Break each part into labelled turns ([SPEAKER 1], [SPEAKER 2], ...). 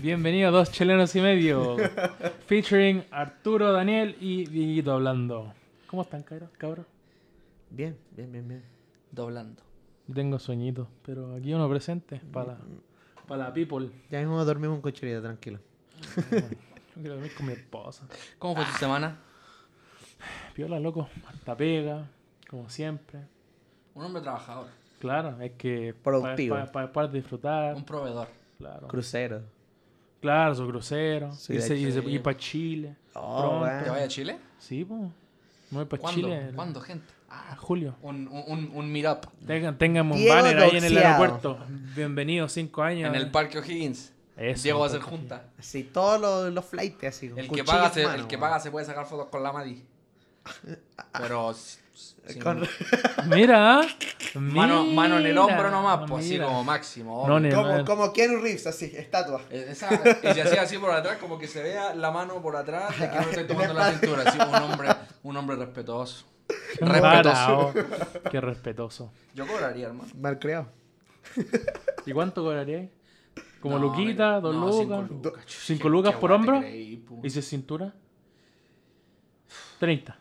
[SPEAKER 1] Bienvenido a Dos Chilenos y Medio, featuring Arturo, Daniel y Dieguito hablando. ¿Cómo están, cabros? Cabros?
[SPEAKER 2] Bien, bien, bien, bien.
[SPEAKER 3] Doblando.
[SPEAKER 1] Yo tengo sueñito, pero aquí uno presente para la, pa' la people.
[SPEAKER 2] Ya mismo dormimos en cocherita, tranquilo.
[SPEAKER 1] Yo quiero dormir con mi esposa.
[SPEAKER 3] ¿Cómo fue tu semana?
[SPEAKER 1] Piola, loco, harta pega, como siempre.
[SPEAKER 3] Un hombre trabajador,
[SPEAKER 1] Claro, es que...
[SPEAKER 2] Productivo.
[SPEAKER 1] Para disfrutar,
[SPEAKER 3] un proveedor.
[SPEAKER 1] claro.
[SPEAKER 2] Crucero.
[SPEAKER 1] Claro, su crucero.
[SPEAKER 2] Sí,
[SPEAKER 1] irse,
[SPEAKER 2] de
[SPEAKER 1] irse-
[SPEAKER 3] Chile.
[SPEAKER 1] ir para Chile.
[SPEAKER 2] Oh, bueno.
[SPEAKER 3] ¿Te vas a Chile?
[SPEAKER 1] Sí, pues. Me voy para
[SPEAKER 3] ¿Cuándo?
[SPEAKER 1] Chile.
[SPEAKER 3] ¿Cuándo, gente?
[SPEAKER 1] Ah, julio.
[SPEAKER 3] Un, un, un, un meet up
[SPEAKER 1] Tengan, tengan un
[SPEAKER 2] Diego
[SPEAKER 1] banner ahí en el
[SPEAKER 2] doxeado.
[SPEAKER 1] aeropuerto. Bienvenido, cinco años.
[SPEAKER 3] en el Parque O'Higgins.
[SPEAKER 1] eh. Eso,
[SPEAKER 3] Diego va a hacer
[SPEAKER 1] perfecto.
[SPEAKER 3] junta.
[SPEAKER 2] Así, todos los, los flights así. con
[SPEAKER 3] El que,
[SPEAKER 2] cuchillo
[SPEAKER 3] paga
[SPEAKER 2] en
[SPEAKER 3] se,
[SPEAKER 2] mano,
[SPEAKER 3] el que
[SPEAKER 2] weón.
[SPEAKER 3] paga se puede sacar fotos con la Madi. Pero. s- sin-
[SPEAKER 2] Con-
[SPEAKER 1] Mira,
[SPEAKER 3] mano,
[SPEAKER 1] mira,
[SPEAKER 3] mano en el hombro nomás, pues así
[SPEAKER 1] mira.
[SPEAKER 3] como máximo.
[SPEAKER 1] No,
[SPEAKER 3] obvio.
[SPEAKER 1] ni-
[SPEAKER 2] como,
[SPEAKER 1] hermano.
[SPEAKER 2] como Keanu Reeves, así, estatua.
[SPEAKER 3] Eh, esa- y se hacía así por atrás, como que se vea la mano por atrás, de que no le estoy tomando la cintura. Así, un hombre, un hombre respetuoso.
[SPEAKER 1] Qué
[SPEAKER 3] Respetuoso.
[SPEAKER 1] parao, Qué respetuoso.
[SPEAKER 3] Yo cobraría, hermano.
[SPEAKER 2] Mal creado.
[SPEAKER 1] ¿Y cuánto cobraría ahí? Como
[SPEAKER 3] No,
[SPEAKER 1] Luquita,
[SPEAKER 3] mira,
[SPEAKER 1] dos
[SPEAKER 3] no, cinco
[SPEAKER 1] lucas.
[SPEAKER 3] lucas, chuch,
[SPEAKER 1] ¿Cinco
[SPEAKER 3] qué-
[SPEAKER 1] lucas
[SPEAKER 3] qué
[SPEAKER 1] por
[SPEAKER 3] guay te
[SPEAKER 1] hombro?
[SPEAKER 3] creí, pu.
[SPEAKER 1] ¿Y si es cintura? 30.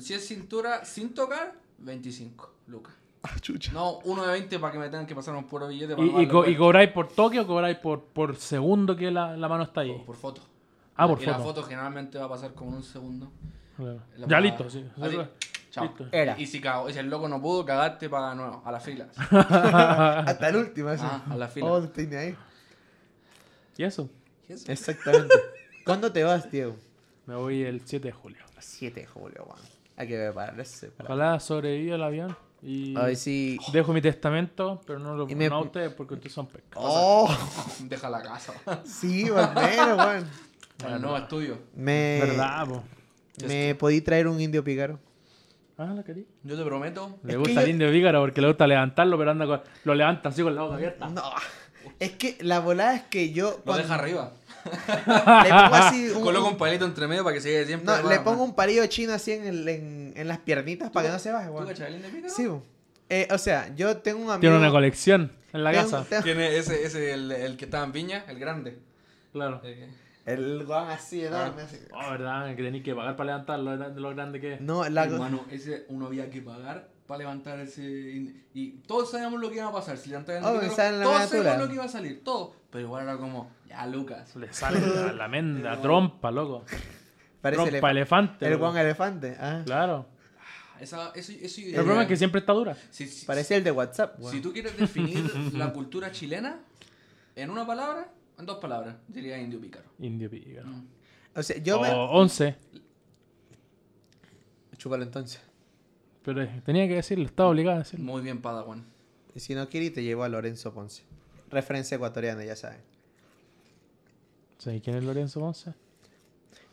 [SPEAKER 3] Si es cintura sin tocar, 25 lucas.
[SPEAKER 2] chucha.
[SPEAKER 3] No, uno de 20 para que me tengan que pasar un puro billete para
[SPEAKER 1] ¿Y,
[SPEAKER 3] no
[SPEAKER 1] y, co-
[SPEAKER 3] darle
[SPEAKER 1] y cobráis por toque o cobráis por, por segundo que la, la mano está
[SPEAKER 3] vuelta.
[SPEAKER 1] ahí?
[SPEAKER 3] Por foto.
[SPEAKER 1] Ah, por
[SPEAKER 3] y
[SPEAKER 1] foto.
[SPEAKER 3] la foto generalmente va a pasar como en un segundo.
[SPEAKER 1] Claro.
[SPEAKER 3] La
[SPEAKER 1] Ya
[SPEAKER 3] parada.
[SPEAKER 1] listo, sí.
[SPEAKER 3] Así, Chao.
[SPEAKER 1] Listo.
[SPEAKER 2] Era.
[SPEAKER 3] Y si, cago, y si el loco no pudo, cagaste para nuevo, a la fila.
[SPEAKER 2] Hasta el último, así.
[SPEAKER 3] Ah, a la fila.
[SPEAKER 2] Oh, tiene ahí.
[SPEAKER 1] ¿Y eso?
[SPEAKER 3] ¿Qué es?
[SPEAKER 2] Exactamente. ¿Cuándo te vas, Diego?
[SPEAKER 1] Me voy el 7 de julio.
[SPEAKER 2] 7 de julio, weón. Hay que prepararse. para-
[SPEAKER 1] Ojalá sobreviva el avión y
[SPEAKER 2] A ver si.
[SPEAKER 1] dejo mi testamento, pero no lo
[SPEAKER 2] Y me-
[SPEAKER 1] no a ustedes porque ustedes son pescados.
[SPEAKER 2] Oh,
[SPEAKER 3] Deja la casa.
[SPEAKER 2] sí, más o menos, weón.
[SPEAKER 3] Bueno, nuevo estudio.
[SPEAKER 2] Me.
[SPEAKER 1] ¿Verdad, po?
[SPEAKER 2] Me podí traer un indio pícaro.
[SPEAKER 1] Ah, la querí.
[SPEAKER 3] Yo te prometo.
[SPEAKER 1] Le
[SPEAKER 2] que
[SPEAKER 1] gusta el
[SPEAKER 2] yo-
[SPEAKER 1] indio vígaro porque le gusta levantarlo, pero anda con... lo levanta así con la boca abierta.
[SPEAKER 2] No. Es que la volada es que yo.
[SPEAKER 3] Lo
[SPEAKER 2] cuando-
[SPEAKER 3] deja arriba.
[SPEAKER 2] Le pongo así un.
[SPEAKER 3] Coloca un palito entre medio para que se quede siempre.
[SPEAKER 2] No,
[SPEAKER 3] hermano.
[SPEAKER 2] le pongo un palillo chino así en, el- en, en las piernitas para que no se baje,
[SPEAKER 3] ¿Tú
[SPEAKER 2] weón.
[SPEAKER 3] cachai el de Pícaro?
[SPEAKER 2] Sí, weón. Eh, o sea, yo tengo un Ah, amigo.
[SPEAKER 1] Tiene una colección en la
[SPEAKER 2] tengo-
[SPEAKER 1] casa.
[SPEAKER 2] tengo-
[SPEAKER 3] Tiene ese, ese el, el que estaba en Viña, el grande.
[SPEAKER 1] Claro.
[SPEAKER 3] Eh,
[SPEAKER 2] El guan así
[SPEAKER 3] Ah.
[SPEAKER 2] enorme. así.
[SPEAKER 1] Oh, verdad, que tenéis que pagar para levantarlo, era de lo grande que es.
[SPEAKER 2] No, la.
[SPEAKER 3] Hermano, ese uno había que pagar para levantar ese. in- Y todos sabíamos lo que iba a pasar. Si levantaban
[SPEAKER 2] Oh,
[SPEAKER 3] el dinero,
[SPEAKER 2] pensaba en la
[SPEAKER 3] todos
[SPEAKER 2] miniatura.
[SPEAKER 3] sabíamos lo que iba a salir, todo. Pero igual era como, ya Lucas.
[SPEAKER 1] Le sale la, la menda, trompa, loco.
[SPEAKER 2] parece
[SPEAKER 1] trompa
[SPEAKER 2] elefante.
[SPEAKER 1] elefante.
[SPEAKER 2] El
[SPEAKER 1] loco.
[SPEAKER 2] guan elefante. ah.
[SPEAKER 1] Claro.
[SPEAKER 3] Ah, Esa, eso, eso,
[SPEAKER 1] El problema es que siempre está dura.
[SPEAKER 3] si, si-
[SPEAKER 2] Parece el de WhatsApp, weón.
[SPEAKER 3] si tú quieres definir la cultura chilena en una palabra, en dos palabras, diría indio pícaro.
[SPEAKER 1] Indio vígaro.
[SPEAKER 2] O sea, yo me.
[SPEAKER 1] O 11.
[SPEAKER 2] Chúpalo entonces.
[SPEAKER 1] Pero eh, tenía que decirlo, estaba obligado a decirlo.
[SPEAKER 3] Muy bien, Padawan.
[SPEAKER 2] Y si no quiere, te llevo a Lorenzo Ponce. Referencia ecuatoriana, ya saben.
[SPEAKER 1] ¿Sabes quién es Lorenzo Ponce?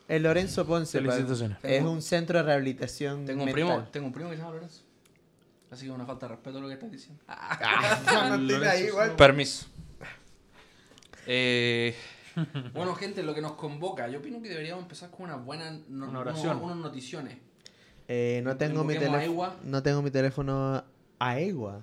[SPEAKER 2] El Lorenzo Ponce pa-
[SPEAKER 1] Felicitaciones.
[SPEAKER 2] es un centro de rehabilitación.
[SPEAKER 3] Tengo un,
[SPEAKER 2] mental.
[SPEAKER 3] primo, tengo un primo que se llama Lorenzo. Así que una falta de respeto lo que estás diciendo.
[SPEAKER 2] Mantiene ahí, weón.
[SPEAKER 3] Permiso. Eh, bueno, gente, lo que nos convoca, yo opino que deberíamos empezar con una buena no-
[SPEAKER 1] Una oración.
[SPEAKER 3] uno- unas noticiones.
[SPEAKER 2] Eh, no, tengo mi
[SPEAKER 3] Invoquemos a
[SPEAKER 2] teléfono,
[SPEAKER 3] Ewa.
[SPEAKER 2] no tengo mi teléfono a Ewa.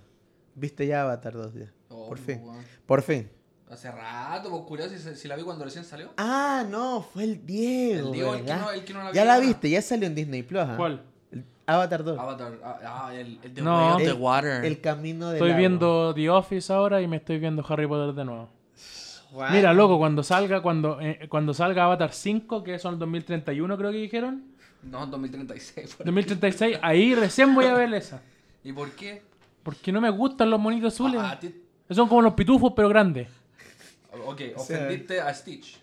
[SPEAKER 2] Viste ya Avatar dos días.
[SPEAKER 3] Oh,
[SPEAKER 2] Por fin.
[SPEAKER 3] weón.
[SPEAKER 2] Por fin.
[SPEAKER 3] Hace rato, pues curioso, si, si la vi cuando recién salió.
[SPEAKER 2] Ah, no, fue el Diego.
[SPEAKER 3] El Diego, el que
[SPEAKER 2] ¿verdad?
[SPEAKER 3] no- el que no la
[SPEAKER 2] ya
[SPEAKER 3] vio.
[SPEAKER 2] la viste, ya salió en Disney Plus. ¿ah?
[SPEAKER 1] ¿Cuál?
[SPEAKER 2] El Avatar 2.
[SPEAKER 3] Avatar, ah, ah, el, el de
[SPEAKER 1] No.
[SPEAKER 3] Way of
[SPEAKER 2] El-
[SPEAKER 3] the Water.
[SPEAKER 2] El camino del
[SPEAKER 1] Estoy
[SPEAKER 2] agua.
[SPEAKER 1] viendo The Office ahora y me estoy viendo Harry Potter de nuevo.
[SPEAKER 2] Guau.
[SPEAKER 1] Mira, loco, cuando salga, cuando, eh, cuando salga Avatar 5, que son 2031 creo que dijeron,
[SPEAKER 3] No, 2036. por-
[SPEAKER 1] 2036, ahí recién voy a ver esa.
[SPEAKER 3] ¿Y por qué?
[SPEAKER 1] Porque no me gustan los monitos azules.
[SPEAKER 3] Ah, a ti-
[SPEAKER 1] Son como los pitufos, pero grandes.
[SPEAKER 3] ok,
[SPEAKER 2] sea-
[SPEAKER 3] ofendiste a Stitch.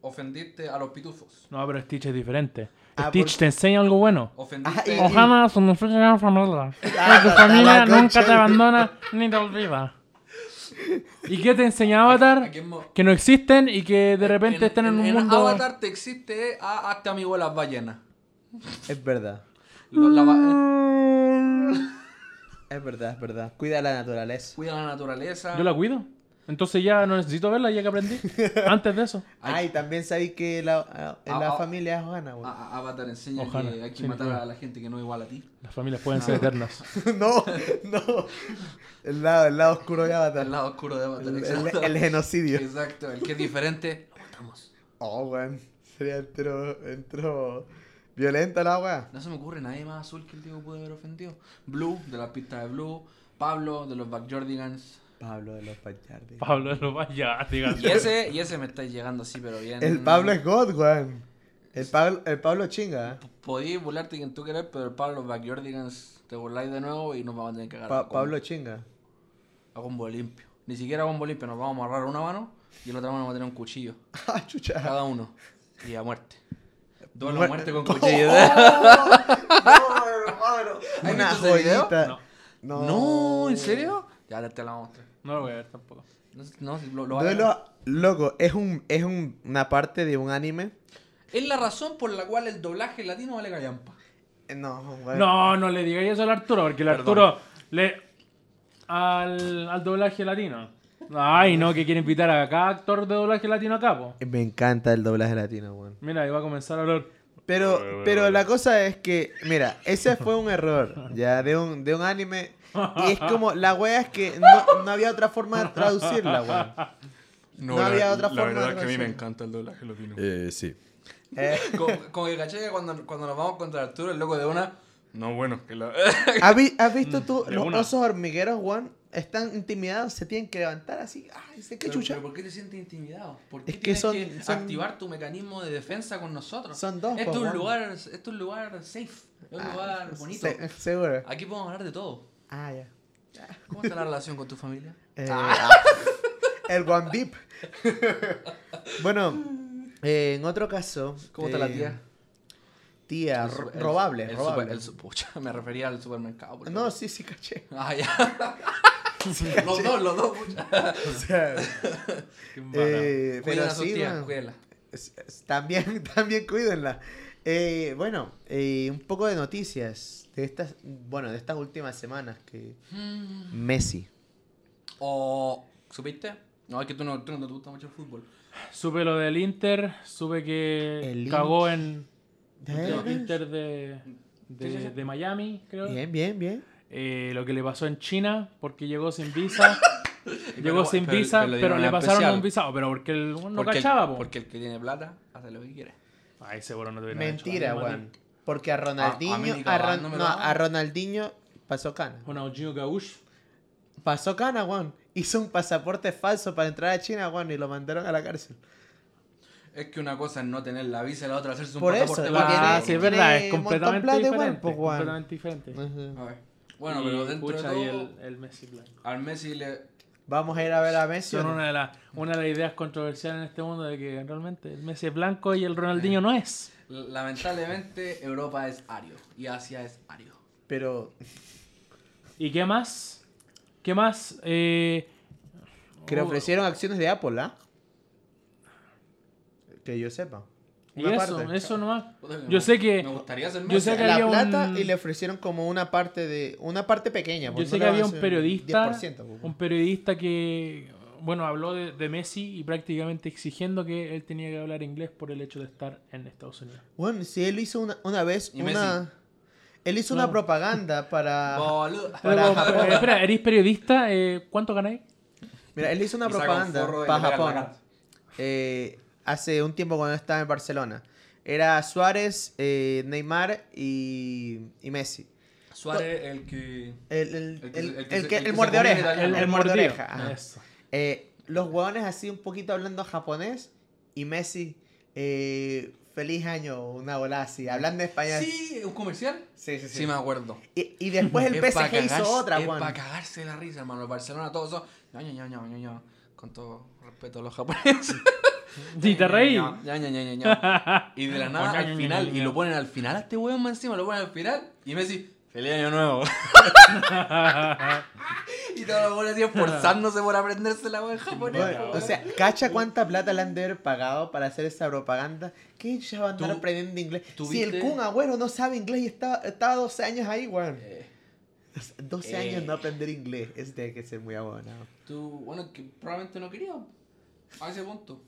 [SPEAKER 3] Ofendiste a los pitufos.
[SPEAKER 1] No, pero Stitch es diferente.
[SPEAKER 2] Ah,
[SPEAKER 1] Stitch
[SPEAKER 2] por-
[SPEAKER 1] te enseña algo bueno.
[SPEAKER 3] Ofendiste.
[SPEAKER 2] y-
[SPEAKER 1] Ojalá su familia familia.
[SPEAKER 2] Ah,
[SPEAKER 1] Tu
[SPEAKER 2] la
[SPEAKER 1] familia
[SPEAKER 2] concha.
[SPEAKER 1] nunca te abandona ni te olvida. ¿Y qué te enseña
[SPEAKER 3] ¿A
[SPEAKER 1] Avatar?
[SPEAKER 3] quién mo-
[SPEAKER 1] Que no existen y que de repente están en, un mundo.
[SPEAKER 3] Avatar te existe a, hasta amigo de las ballenas.
[SPEAKER 2] Es verdad.
[SPEAKER 3] Lo- la
[SPEAKER 2] Mm.
[SPEAKER 3] ba- eh,
[SPEAKER 2] Es verdad, es verdad. Cuida la naturaleza.
[SPEAKER 3] cuida la naturaleza.
[SPEAKER 1] Yo la cuido. Entonces ya no necesito verla, ya que aprendí. Antes de eso.
[SPEAKER 2] Ay, también sabí que la, ah, en
[SPEAKER 3] Ah,
[SPEAKER 2] la
[SPEAKER 3] ah.
[SPEAKER 2] familia es Juana, güey.
[SPEAKER 3] A- a- Avatar enseña
[SPEAKER 1] Ojalá,
[SPEAKER 3] que hay que
[SPEAKER 1] sin
[SPEAKER 3] matar
[SPEAKER 1] duda.
[SPEAKER 3] a la gente que no es igual a ti.
[SPEAKER 1] Las familias pueden ser eternas.
[SPEAKER 2] no, no. El lado, el lado oscuro de Avatar.
[SPEAKER 3] El lado oscuro de Avatar.
[SPEAKER 2] El, el-
[SPEAKER 3] exacto.
[SPEAKER 2] el genocidio.
[SPEAKER 3] Exacto, el que es diferente. lo mataron. Ramos.
[SPEAKER 2] Oh, weón. Sería entero, entero violenta la weá.
[SPEAKER 3] No se me ocurre nadie más azul que el Diego pudo haber ofendido. Blue, de las pistas de Blue. Pablo, de los Backyardigans.
[SPEAKER 2] Pablo de los Pachardes.
[SPEAKER 1] Pablo no vaya, digas.
[SPEAKER 3] Y ese, y ese me está llegando así, pero bien.
[SPEAKER 2] El Pablo es God, weón. El Pablo, el Pablo chinga. ¿eh?
[SPEAKER 3] Podí burlarte quien tú querés, pero el Pablo de los Backyardigans te burláis de nuevo y nos vamos a tener que agarrar.
[SPEAKER 2] Pa-
[SPEAKER 3] a combo-
[SPEAKER 2] Pablo chinga.
[SPEAKER 3] A combo limpio. Ni siquiera a combo limpio, nos vamos a amarrar una mano y en la otra mano vamos a tener un cuchillo.
[SPEAKER 2] Ah, chucha.
[SPEAKER 3] Cada uno. Y a muerte. Duelo
[SPEAKER 2] Muer-
[SPEAKER 3] a muerte con ¿eh? cuchillo. ¿Has
[SPEAKER 2] Una
[SPEAKER 3] visto ese video?
[SPEAKER 2] joyita.
[SPEAKER 3] No. ¿en serio? Ya te la vamos a mostrar.
[SPEAKER 1] No lo voy a ver tampoco.
[SPEAKER 3] No, no, lo, lo-
[SPEAKER 2] Duelo, loco, es un es un- una parte de un anime.
[SPEAKER 3] Es la razón por la cual el doblaje latino vale callampa.
[SPEAKER 2] Eh, No, weón.
[SPEAKER 1] No, no le digáis eso al Arturo, porque el
[SPEAKER 3] Perdón.
[SPEAKER 1] Arturo le. Al, al doblaje latino. Ay, no, que quiere invitar a cada actor de doblaje latino acá, po.
[SPEAKER 2] Me encanta el doblaje latino, weón.
[SPEAKER 1] Mira, ahí va a comenzar a hablar.
[SPEAKER 2] Pero, pero la cosa es que, mira, ese fue un error, ya, de un, de un anime. Y es como, la wea es que no, no había otra forma de traducirla, weón. No No, la- había otra la forma verdad de que a mí me hacerlo.
[SPEAKER 3] encanta el doblaje latino.
[SPEAKER 4] Eh, sí.
[SPEAKER 2] Eh,
[SPEAKER 3] Como, como que caché que cuando, cuando nos vamos contra Arturo, el loco de una. No, bueno, que la.
[SPEAKER 2] ¿has, vi- has visto tú?
[SPEAKER 1] de
[SPEAKER 2] Los
[SPEAKER 1] una.
[SPEAKER 2] osos hormigueros, weón, están intimidados, se tienen que levantar así. Ay, sé qué
[SPEAKER 3] Pero-
[SPEAKER 2] chucha.
[SPEAKER 3] pero ¿Por qué te sientes intimidado? ¿Por qué
[SPEAKER 2] Es que
[SPEAKER 3] tienes
[SPEAKER 2] son-
[SPEAKER 3] que
[SPEAKER 2] son-
[SPEAKER 3] activar tu mecanismo de defensa con nosotros?
[SPEAKER 2] Son dos,
[SPEAKER 3] Esto es
[SPEAKER 2] po,
[SPEAKER 3] un
[SPEAKER 2] weón.
[SPEAKER 3] lugar, esto es un lugar safe, es un
[SPEAKER 2] Ah,
[SPEAKER 3] lugar bonito.
[SPEAKER 2] se- seguro.
[SPEAKER 3] Aquí podemos hablar de todo.
[SPEAKER 2] Ah, ya.
[SPEAKER 3] ¿Cómo está la relación con tu familia?
[SPEAKER 2] Eh,
[SPEAKER 3] Ah.
[SPEAKER 2] El One Deep. bueno, eh, en otro caso.
[SPEAKER 3] ¿Cómo está la
[SPEAKER 2] eh,
[SPEAKER 3] tía?
[SPEAKER 2] Tía,
[SPEAKER 3] El
[SPEAKER 2] ro-
[SPEAKER 3] su- el-
[SPEAKER 2] robable,
[SPEAKER 3] el
[SPEAKER 2] robable.
[SPEAKER 3] super- el su- pucha, me refería al supermercado. por
[SPEAKER 2] No,
[SPEAKER 3] favor.
[SPEAKER 2] sí, sí, caché.
[SPEAKER 3] Ah, ya. los dos, los dos, pucha.
[SPEAKER 2] O sea,
[SPEAKER 1] Qué barato.
[SPEAKER 2] eh,
[SPEAKER 3] Cuiden
[SPEAKER 2] pero
[SPEAKER 3] a sus
[SPEAKER 2] sí,
[SPEAKER 3] tías,
[SPEAKER 2] bueno,
[SPEAKER 3] cuídenla.
[SPEAKER 2] es- es- también, también cuídenla. Eh, bueno, eh, un poco de noticias de estas, bueno, de estas últimas semanas que
[SPEAKER 3] Mm.
[SPEAKER 2] Messi.
[SPEAKER 3] O, ¿supiste? No, es que tú no, tú no te gusta mucho el fútbol.
[SPEAKER 1] Supe lo del Inter, supe que
[SPEAKER 2] El
[SPEAKER 1] cagó en el
[SPEAKER 3] ¿ves?
[SPEAKER 1] Inter de, de-
[SPEAKER 3] Sí, sí, sí.
[SPEAKER 1] de Miami, creo.
[SPEAKER 2] Bien, bien, bien.
[SPEAKER 1] Eh, lo que le pasó en China, porque llegó sin visa. llegó
[SPEAKER 3] Pero-
[SPEAKER 1] sin
[SPEAKER 3] pero-
[SPEAKER 1] visa, pero,
[SPEAKER 3] pero le dieron
[SPEAKER 1] le
[SPEAKER 3] una
[SPEAKER 1] pasaron
[SPEAKER 3] especial.
[SPEAKER 1] un visado. Pero porque el no
[SPEAKER 3] porque,
[SPEAKER 1] cachaba,
[SPEAKER 3] el,
[SPEAKER 1] po.
[SPEAKER 3] porque el que tiene plata hace lo que quiere.
[SPEAKER 1] Ay, seguro no te hubieran hecho
[SPEAKER 2] Mentira,
[SPEAKER 1] nada,
[SPEAKER 2] Juan. Porque a Ronaldinho,
[SPEAKER 3] mí ni
[SPEAKER 2] a, Ron-
[SPEAKER 3] cagando me lo
[SPEAKER 2] no,
[SPEAKER 3] dan.
[SPEAKER 2] a Ronaldinho pasó cana.
[SPEAKER 1] Ronaldinho Gaúcho.
[SPEAKER 2] Pasó cana, Juan. Hizo un pasaporte falso para entrar a China, Juan, y lo mandaron a la cárcel.
[SPEAKER 3] Es que una cosa es no tener la visa y la otra es hacerse un
[SPEAKER 2] Por eso,
[SPEAKER 3] pasaporte
[SPEAKER 2] la-
[SPEAKER 3] falso.
[SPEAKER 1] Ah,
[SPEAKER 2] tiene-
[SPEAKER 1] sí, es verdad, es
[SPEAKER 2] tiene un
[SPEAKER 1] completamente
[SPEAKER 2] montón plata
[SPEAKER 1] diferente.
[SPEAKER 2] igual, pues, Juan.
[SPEAKER 1] completamente diferente.
[SPEAKER 3] A ver. Bueno, pero
[SPEAKER 1] Y,
[SPEAKER 3] dentro de
[SPEAKER 1] pucha,
[SPEAKER 3] todo,
[SPEAKER 1] y el, el Messi Blanco.
[SPEAKER 3] al Messi le...
[SPEAKER 2] Vamos a ir a ver a Messi. ¿o
[SPEAKER 1] Son
[SPEAKER 2] no?
[SPEAKER 1] una de, las, una de las ideas controversiales en este mundo de que realmente el Messi es blanco y el Ronaldinho no es.
[SPEAKER 3] Lamentablemente, Europa es ario y Asia es ario.
[SPEAKER 2] Pero
[SPEAKER 1] ¿Y qué más? ¿Qué más? Eh,
[SPEAKER 2] Que le
[SPEAKER 1] oh,
[SPEAKER 2] ofrecieron acciones de Apple, ¿ah? Que yo sepa.
[SPEAKER 1] Y
[SPEAKER 2] Una
[SPEAKER 1] eso,
[SPEAKER 2] parte.
[SPEAKER 1] eso nomás. Yo sé que-
[SPEAKER 3] Me gustaría ser
[SPEAKER 1] yo
[SPEAKER 3] Messi.
[SPEAKER 1] sé que-
[SPEAKER 2] La
[SPEAKER 1] había
[SPEAKER 2] plata
[SPEAKER 1] un-
[SPEAKER 2] y le ofrecieron como una parte de. Una parte pequeña.
[SPEAKER 1] Yo
[SPEAKER 2] porque
[SPEAKER 1] sé
[SPEAKER 2] no
[SPEAKER 1] que
[SPEAKER 2] le
[SPEAKER 1] había
[SPEAKER 2] van a
[SPEAKER 1] un
[SPEAKER 2] hacer
[SPEAKER 1] periodista,
[SPEAKER 2] 10%, pues.
[SPEAKER 1] un periodista que, bueno, habló de, de Messi y prácticamente exigiendo que él tenía que hablar inglés por el hecho de estar en Estados Unidos.
[SPEAKER 2] Bueno, si él hizo una, una vez
[SPEAKER 3] Y
[SPEAKER 2] una.
[SPEAKER 3] Messi.
[SPEAKER 2] Él hizo
[SPEAKER 1] Claro.
[SPEAKER 2] una propaganda para.
[SPEAKER 3] Boludo.
[SPEAKER 2] Para
[SPEAKER 1] Luego,
[SPEAKER 2] Japón.
[SPEAKER 1] eh, espera, ¿eres periodista? Eh, ¿Cuánto ganáis?
[SPEAKER 2] Mira, él hizo una
[SPEAKER 3] Y saca un
[SPEAKER 2] propaganda
[SPEAKER 3] forro de
[SPEAKER 2] para
[SPEAKER 3] la
[SPEAKER 2] Japón.
[SPEAKER 3] garganta.
[SPEAKER 2] eh, hace un tiempo cuando estaba en Barcelona. Era Suárez, eh, Neymar y, y Messi.
[SPEAKER 3] Suárez, el que...
[SPEAKER 2] El, el,
[SPEAKER 3] El
[SPEAKER 2] el,
[SPEAKER 3] que- el que
[SPEAKER 2] el
[SPEAKER 3] se-
[SPEAKER 2] que-
[SPEAKER 3] el que
[SPEAKER 2] el
[SPEAKER 3] se
[SPEAKER 2] muerde
[SPEAKER 3] come
[SPEAKER 2] oreja.
[SPEAKER 3] el
[SPEAKER 2] El,
[SPEAKER 3] italiano.
[SPEAKER 2] muerde
[SPEAKER 1] mordido.
[SPEAKER 2] oreja. Ah. ajá.
[SPEAKER 1] Eso.
[SPEAKER 2] Eh, los huevones así un poquito hablando japonés y Messi, eh, feliz año, una bola así, hablando español.
[SPEAKER 3] Sí, un comercial.
[SPEAKER 2] sí, sí.
[SPEAKER 3] Ah, Sí, me acuerdo.
[SPEAKER 2] Y, y después el
[SPEAKER 3] Es pa'
[SPEAKER 2] PSG hizo
[SPEAKER 3] cagarse-
[SPEAKER 2] otra,
[SPEAKER 3] Es para
[SPEAKER 2] Juan.
[SPEAKER 3] cagarse la risa, hermano. Los Barcelona, todos son. ño, ño, ño, ño, ño, ño. Con todo respeto a los japoneses.
[SPEAKER 1] Sí, te reí.
[SPEAKER 3] Ño, ño, ño, ño, ño, ño. Y de la
[SPEAKER 1] Ño,
[SPEAKER 3] nada,
[SPEAKER 1] ño,
[SPEAKER 3] al
[SPEAKER 1] ño,
[SPEAKER 3] final,
[SPEAKER 1] ño,
[SPEAKER 3] y
[SPEAKER 1] ño.
[SPEAKER 3] lo ponen al final a este weón más encima, lo ponen al final. Y Messi, feliz año nuevo. Y todos los weones así esforzándose por aprenderse la weón japonés.
[SPEAKER 2] Bueno, o
[SPEAKER 3] weón.
[SPEAKER 2] sea, cacha cuánta plata le han de haber pagado para hacer esa propaganda. ¿Qué ya va a andar
[SPEAKER 3] Tú-
[SPEAKER 2] aprendiendo inglés?
[SPEAKER 3] tú
[SPEAKER 2] Si el
[SPEAKER 3] viste-
[SPEAKER 2] Kun Agüero no sabe inglés y estaba, estaba 12 años ahí, weón.
[SPEAKER 3] Eh,
[SPEAKER 2] 12
[SPEAKER 3] eh.
[SPEAKER 2] años no aprender inglés. Eso tiene que ser muy abonado.
[SPEAKER 3] tú, bueno, que probablemente no quería. A ese punto.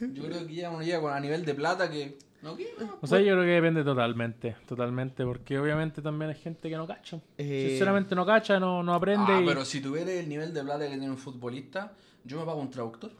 [SPEAKER 3] Yo creo que ya uno llega con- a nivel de plata que. No quiere. weón.
[SPEAKER 1] O sea, yo creo que depende totalmente, totalmente, porque obviamente también hay gente que no cacha.
[SPEAKER 2] Eh.
[SPEAKER 1] Sinceramente no cacha, no, no aprende.
[SPEAKER 3] Ah,
[SPEAKER 1] y-
[SPEAKER 3] pero si tuviera el nivel de plata que tiene un futbolista, yo me pago un traductor.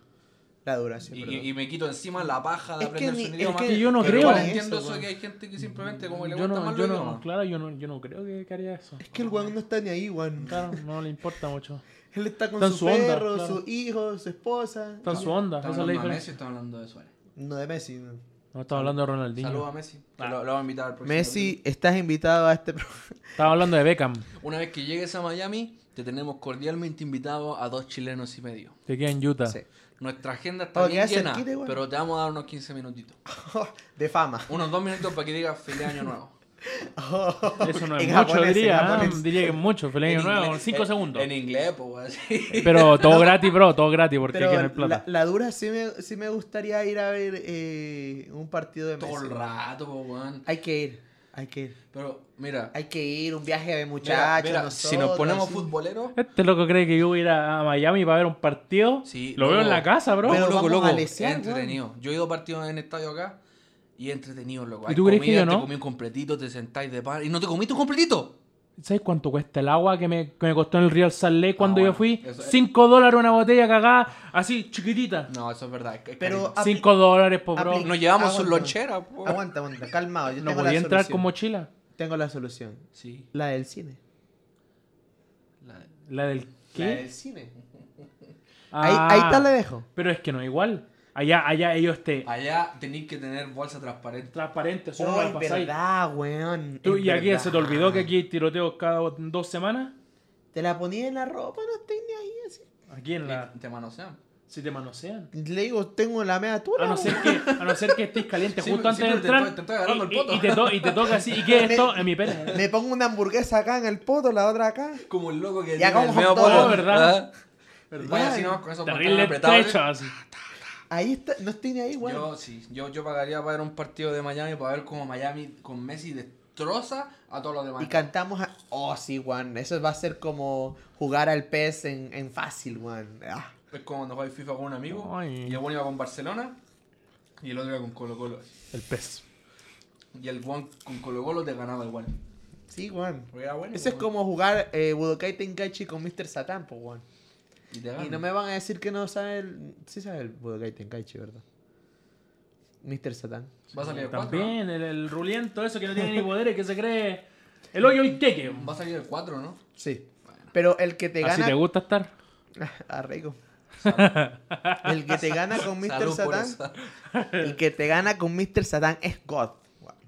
[SPEAKER 2] La duración.
[SPEAKER 3] Y,
[SPEAKER 2] perdón.
[SPEAKER 3] y- y me quito encima la paja de
[SPEAKER 2] Es que
[SPEAKER 3] aprender
[SPEAKER 2] ni-
[SPEAKER 3] su
[SPEAKER 2] es
[SPEAKER 3] idioma.
[SPEAKER 1] que yo no
[SPEAKER 3] Pero
[SPEAKER 1] creo
[SPEAKER 3] igual
[SPEAKER 1] en
[SPEAKER 3] entiendo
[SPEAKER 2] eso,
[SPEAKER 3] eso,
[SPEAKER 2] weón.
[SPEAKER 3] que hay gente que simplemente como que le
[SPEAKER 1] Yo
[SPEAKER 3] gusta
[SPEAKER 1] no,
[SPEAKER 3] más
[SPEAKER 1] yo
[SPEAKER 3] los
[SPEAKER 1] no,
[SPEAKER 3] idiomas.
[SPEAKER 1] claro, yo no, yo no creo que, que haría eso.
[SPEAKER 2] Es que el weón no está ni ahí, weón.
[SPEAKER 1] Claro, no le importa mucho.
[SPEAKER 2] Él está con
[SPEAKER 1] Está en
[SPEAKER 2] su,
[SPEAKER 1] su onda,
[SPEAKER 2] perro,
[SPEAKER 1] claro.
[SPEAKER 2] su hijo, su esposa.
[SPEAKER 1] Está en su onda. esa
[SPEAKER 3] Estamos
[SPEAKER 1] es la
[SPEAKER 3] hablando de
[SPEAKER 1] diferencia.
[SPEAKER 3] Messi, estamos hablando de Suárez.
[SPEAKER 2] No, de Messi. no.
[SPEAKER 1] No estaba hablando de Ronaldinho.
[SPEAKER 3] Saludos a Messi. que
[SPEAKER 1] Ah.
[SPEAKER 3] Lo, lo vamos a invitar al próximo
[SPEAKER 2] Messi, estás invitado a este pro-
[SPEAKER 1] Estaba hablando de Beckham.
[SPEAKER 3] video. Una vez que llegues a Miami, te tenemos cordialmente invitado a dos chilenos y medio.
[SPEAKER 1] Que queda en Utah.
[SPEAKER 2] Sí.
[SPEAKER 3] Nuestra agenda está
[SPEAKER 2] Oh,
[SPEAKER 3] bien
[SPEAKER 2] queda
[SPEAKER 3] llena,
[SPEAKER 2] cerquita igual.
[SPEAKER 3] pero te vamos a dar unos 15 minutitos.
[SPEAKER 2] de fama.
[SPEAKER 3] Unos dos minutos para que digas feliz año nuevo.
[SPEAKER 1] Eso no es
[SPEAKER 2] En
[SPEAKER 1] mucho,
[SPEAKER 2] japonés, en
[SPEAKER 1] diría. ¿ah?
[SPEAKER 2] japonés.
[SPEAKER 1] Diría que es mucho. Feliz
[SPEAKER 3] En
[SPEAKER 1] año nuevo.
[SPEAKER 3] inglés-
[SPEAKER 1] Cinco
[SPEAKER 3] en-
[SPEAKER 1] segundos.
[SPEAKER 3] En inglés, pues, así.
[SPEAKER 1] Pero todo gratis, bro. Todo gratis porque
[SPEAKER 2] Pero
[SPEAKER 1] hay que tener plata.
[SPEAKER 2] la, la dura sí me, sí me gustaría ir a ver eh, un partido de Messi.
[SPEAKER 3] Todo el rato, pues, weón.
[SPEAKER 2] Hay que ir, hay que ir.
[SPEAKER 3] Pero, mira.
[SPEAKER 2] Hay que ir, un viaje de
[SPEAKER 3] mira,
[SPEAKER 2] muchachos.
[SPEAKER 3] mira, si nos
[SPEAKER 2] nosotros,
[SPEAKER 3] ponemos
[SPEAKER 2] así.
[SPEAKER 3] futboleros,
[SPEAKER 1] Este loco cree que yo voy a ir a a Miami para ver un partido.
[SPEAKER 3] Sí,
[SPEAKER 1] Lo veo
[SPEAKER 3] loco.
[SPEAKER 1] en la casa, bro.
[SPEAKER 2] Pero
[SPEAKER 3] loco,
[SPEAKER 2] vamos
[SPEAKER 3] loco,
[SPEAKER 2] a lesear,
[SPEAKER 3] es entretenido. Yo he ido a partidos en estadio acá y es entretenido, loco.
[SPEAKER 1] ¿Y
[SPEAKER 3] Hay
[SPEAKER 1] tú crees que
[SPEAKER 3] comida,
[SPEAKER 1] yo no?
[SPEAKER 3] Te comí un completito, te sentáis de par y no te comiste un completito.
[SPEAKER 1] ¿Sabes cuánto cuesta el agua que me, que me costó en el Real Salt Lake cuando
[SPEAKER 3] bueno,
[SPEAKER 1] yo fui?
[SPEAKER 3] eso es-
[SPEAKER 1] 5 dólares una botella cagada, así, chiquitita.
[SPEAKER 3] No, eso es verdad. es- es
[SPEAKER 2] Pero
[SPEAKER 3] carito.
[SPEAKER 2] apli-
[SPEAKER 1] 5 dólares, po, bro.
[SPEAKER 2] apli-
[SPEAKER 1] No,
[SPEAKER 3] nos llevamos pues. sus
[SPEAKER 2] aguanta.
[SPEAKER 3] loncheras, po.
[SPEAKER 2] Aguanta, aguanta, calmado. Yo tengo la
[SPEAKER 1] podía entrar
[SPEAKER 2] solución.
[SPEAKER 1] con mochila.
[SPEAKER 2] Tengo la solución.
[SPEAKER 3] Sí.
[SPEAKER 2] La del cine.
[SPEAKER 3] la-
[SPEAKER 1] La del.
[SPEAKER 2] La
[SPEAKER 1] ¿Qué?
[SPEAKER 2] del cine.
[SPEAKER 1] Ah,
[SPEAKER 2] Ahí, ahí te la dejo.
[SPEAKER 1] Pero es que no es igual. Allá, allá ellos te.
[SPEAKER 3] Allá tenéis que tener bolsa transparente.
[SPEAKER 1] Transparente, solo
[SPEAKER 2] Oh,
[SPEAKER 1] no la
[SPEAKER 2] es
[SPEAKER 1] pasáis.
[SPEAKER 2] verdad, weón.
[SPEAKER 1] Tú-
[SPEAKER 2] es
[SPEAKER 1] y aquí se te
[SPEAKER 2] verdad.
[SPEAKER 1] olvidó que aquí hay tiroteos cada dos semanas.
[SPEAKER 2] Te la ponía en la ropa, no estoy ni ahí así.
[SPEAKER 1] Aquí en la.
[SPEAKER 3] Te manosean.
[SPEAKER 1] Si te manosean.
[SPEAKER 2] Le digo, tengo la media
[SPEAKER 1] A
[SPEAKER 2] tura.
[SPEAKER 1] Ah, no ser que, a no ser que estés caliente
[SPEAKER 3] Sí,
[SPEAKER 1] justo
[SPEAKER 3] sí,
[SPEAKER 1] antes de
[SPEAKER 3] pero
[SPEAKER 1] entrar.
[SPEAKER 3] te estoy- te estoy agarrando
[SPEAKER 1] y,
[SPEAKER 3] el poto.
[SPEAKER 1] y- y te to- y te toca así. ¿Y qué es esto? En mi pene.
[SPEAKER 2] Me pongo una hamburguesa acá en el poto, la otra acá.
[SPEAKER 3] Como el loco que
[SPEAKER 2] Ya
[SPEAKER 3] tiene
[SPEAKER 2] como
[SPEAKER 3] el medio
[SPEAKER 2] hot dog,
[SPEAKER 3] polo,
[SPEAKER 1] ¿verdad?
[SPEAKER 3] ¿ah?
[SPEAKER 2] ¿Verdad?
[SPEAKER 3] Vaya así nomás con esos pantalones
[SPEAKER 1] Terrible
[SPEAKER 3] apretados. ¿eh?
[SPEAKER 1] estrecho así.
[SPEAKER 2] Ahí está, no estoy ni ahí, weón.
[SPEAKER 3] Yo sí, yo, yo pagaría para ver un partido de Miami para ver cómo Miami con Messi destroza a todos los demás.
[SPEAKER 2] Y cantamos a... Oh, sí, weón. Eso va a ser como jugar al pez en, en fácil, weón. Ah.
[SPEAKER 3] Es como cuando jugáis FIFA con un amigo
[SPEAKER 1] Ay.
[SPEAKER 3] y el one iba con Barcelona y el otro iba con Colo Colo.
[SPEAKER 1] El pez.
[SPEAKER 3] Y el one con Colo Colo te ganaba igual.
[SPEAKER 2] Sí, weón.
[SPEAKER 3] Porque era bueno.
[SPEAKER 2] Eso es
[SPEAKER 3] weón.
[SPEAKER 2] como jugar eh, Budokai Tenkaichi con Mr. Satan, pues, weón.
[SPEAKER 3] Y te
[SPEAKER 2] Y
[SPEAKER 3] ganan.
[SPEAKER 2] no me van a decir que no sabe el... Sí sabe el Budokai Tenkaichi, ¿verdad? Mr. Satan.
[SPEAKER 3] Va a salir el 4.
[SPEAKER 1] También, el, el ruliento, eso que no tiene ni poderes, que se cree. El hoyo y queque.
[SPEAKER 3] Va a salir el 4, ¿no?
[SPEAKER 2] Sí. Pero el que te
[SPEAKER 1] Así
[SPEAKER 2] gana...
[SPEAKER 1] te gusta estar.
[SPEAKER 2] Ah, rico. El que te gana con Mr.
[SPEAKER 3] Salud por
[SPEAKER 2] Satan...
[SPEAKER 3] eso.
[SPEAKER 2] El que te gana con Mr. Satan es God. Bueno,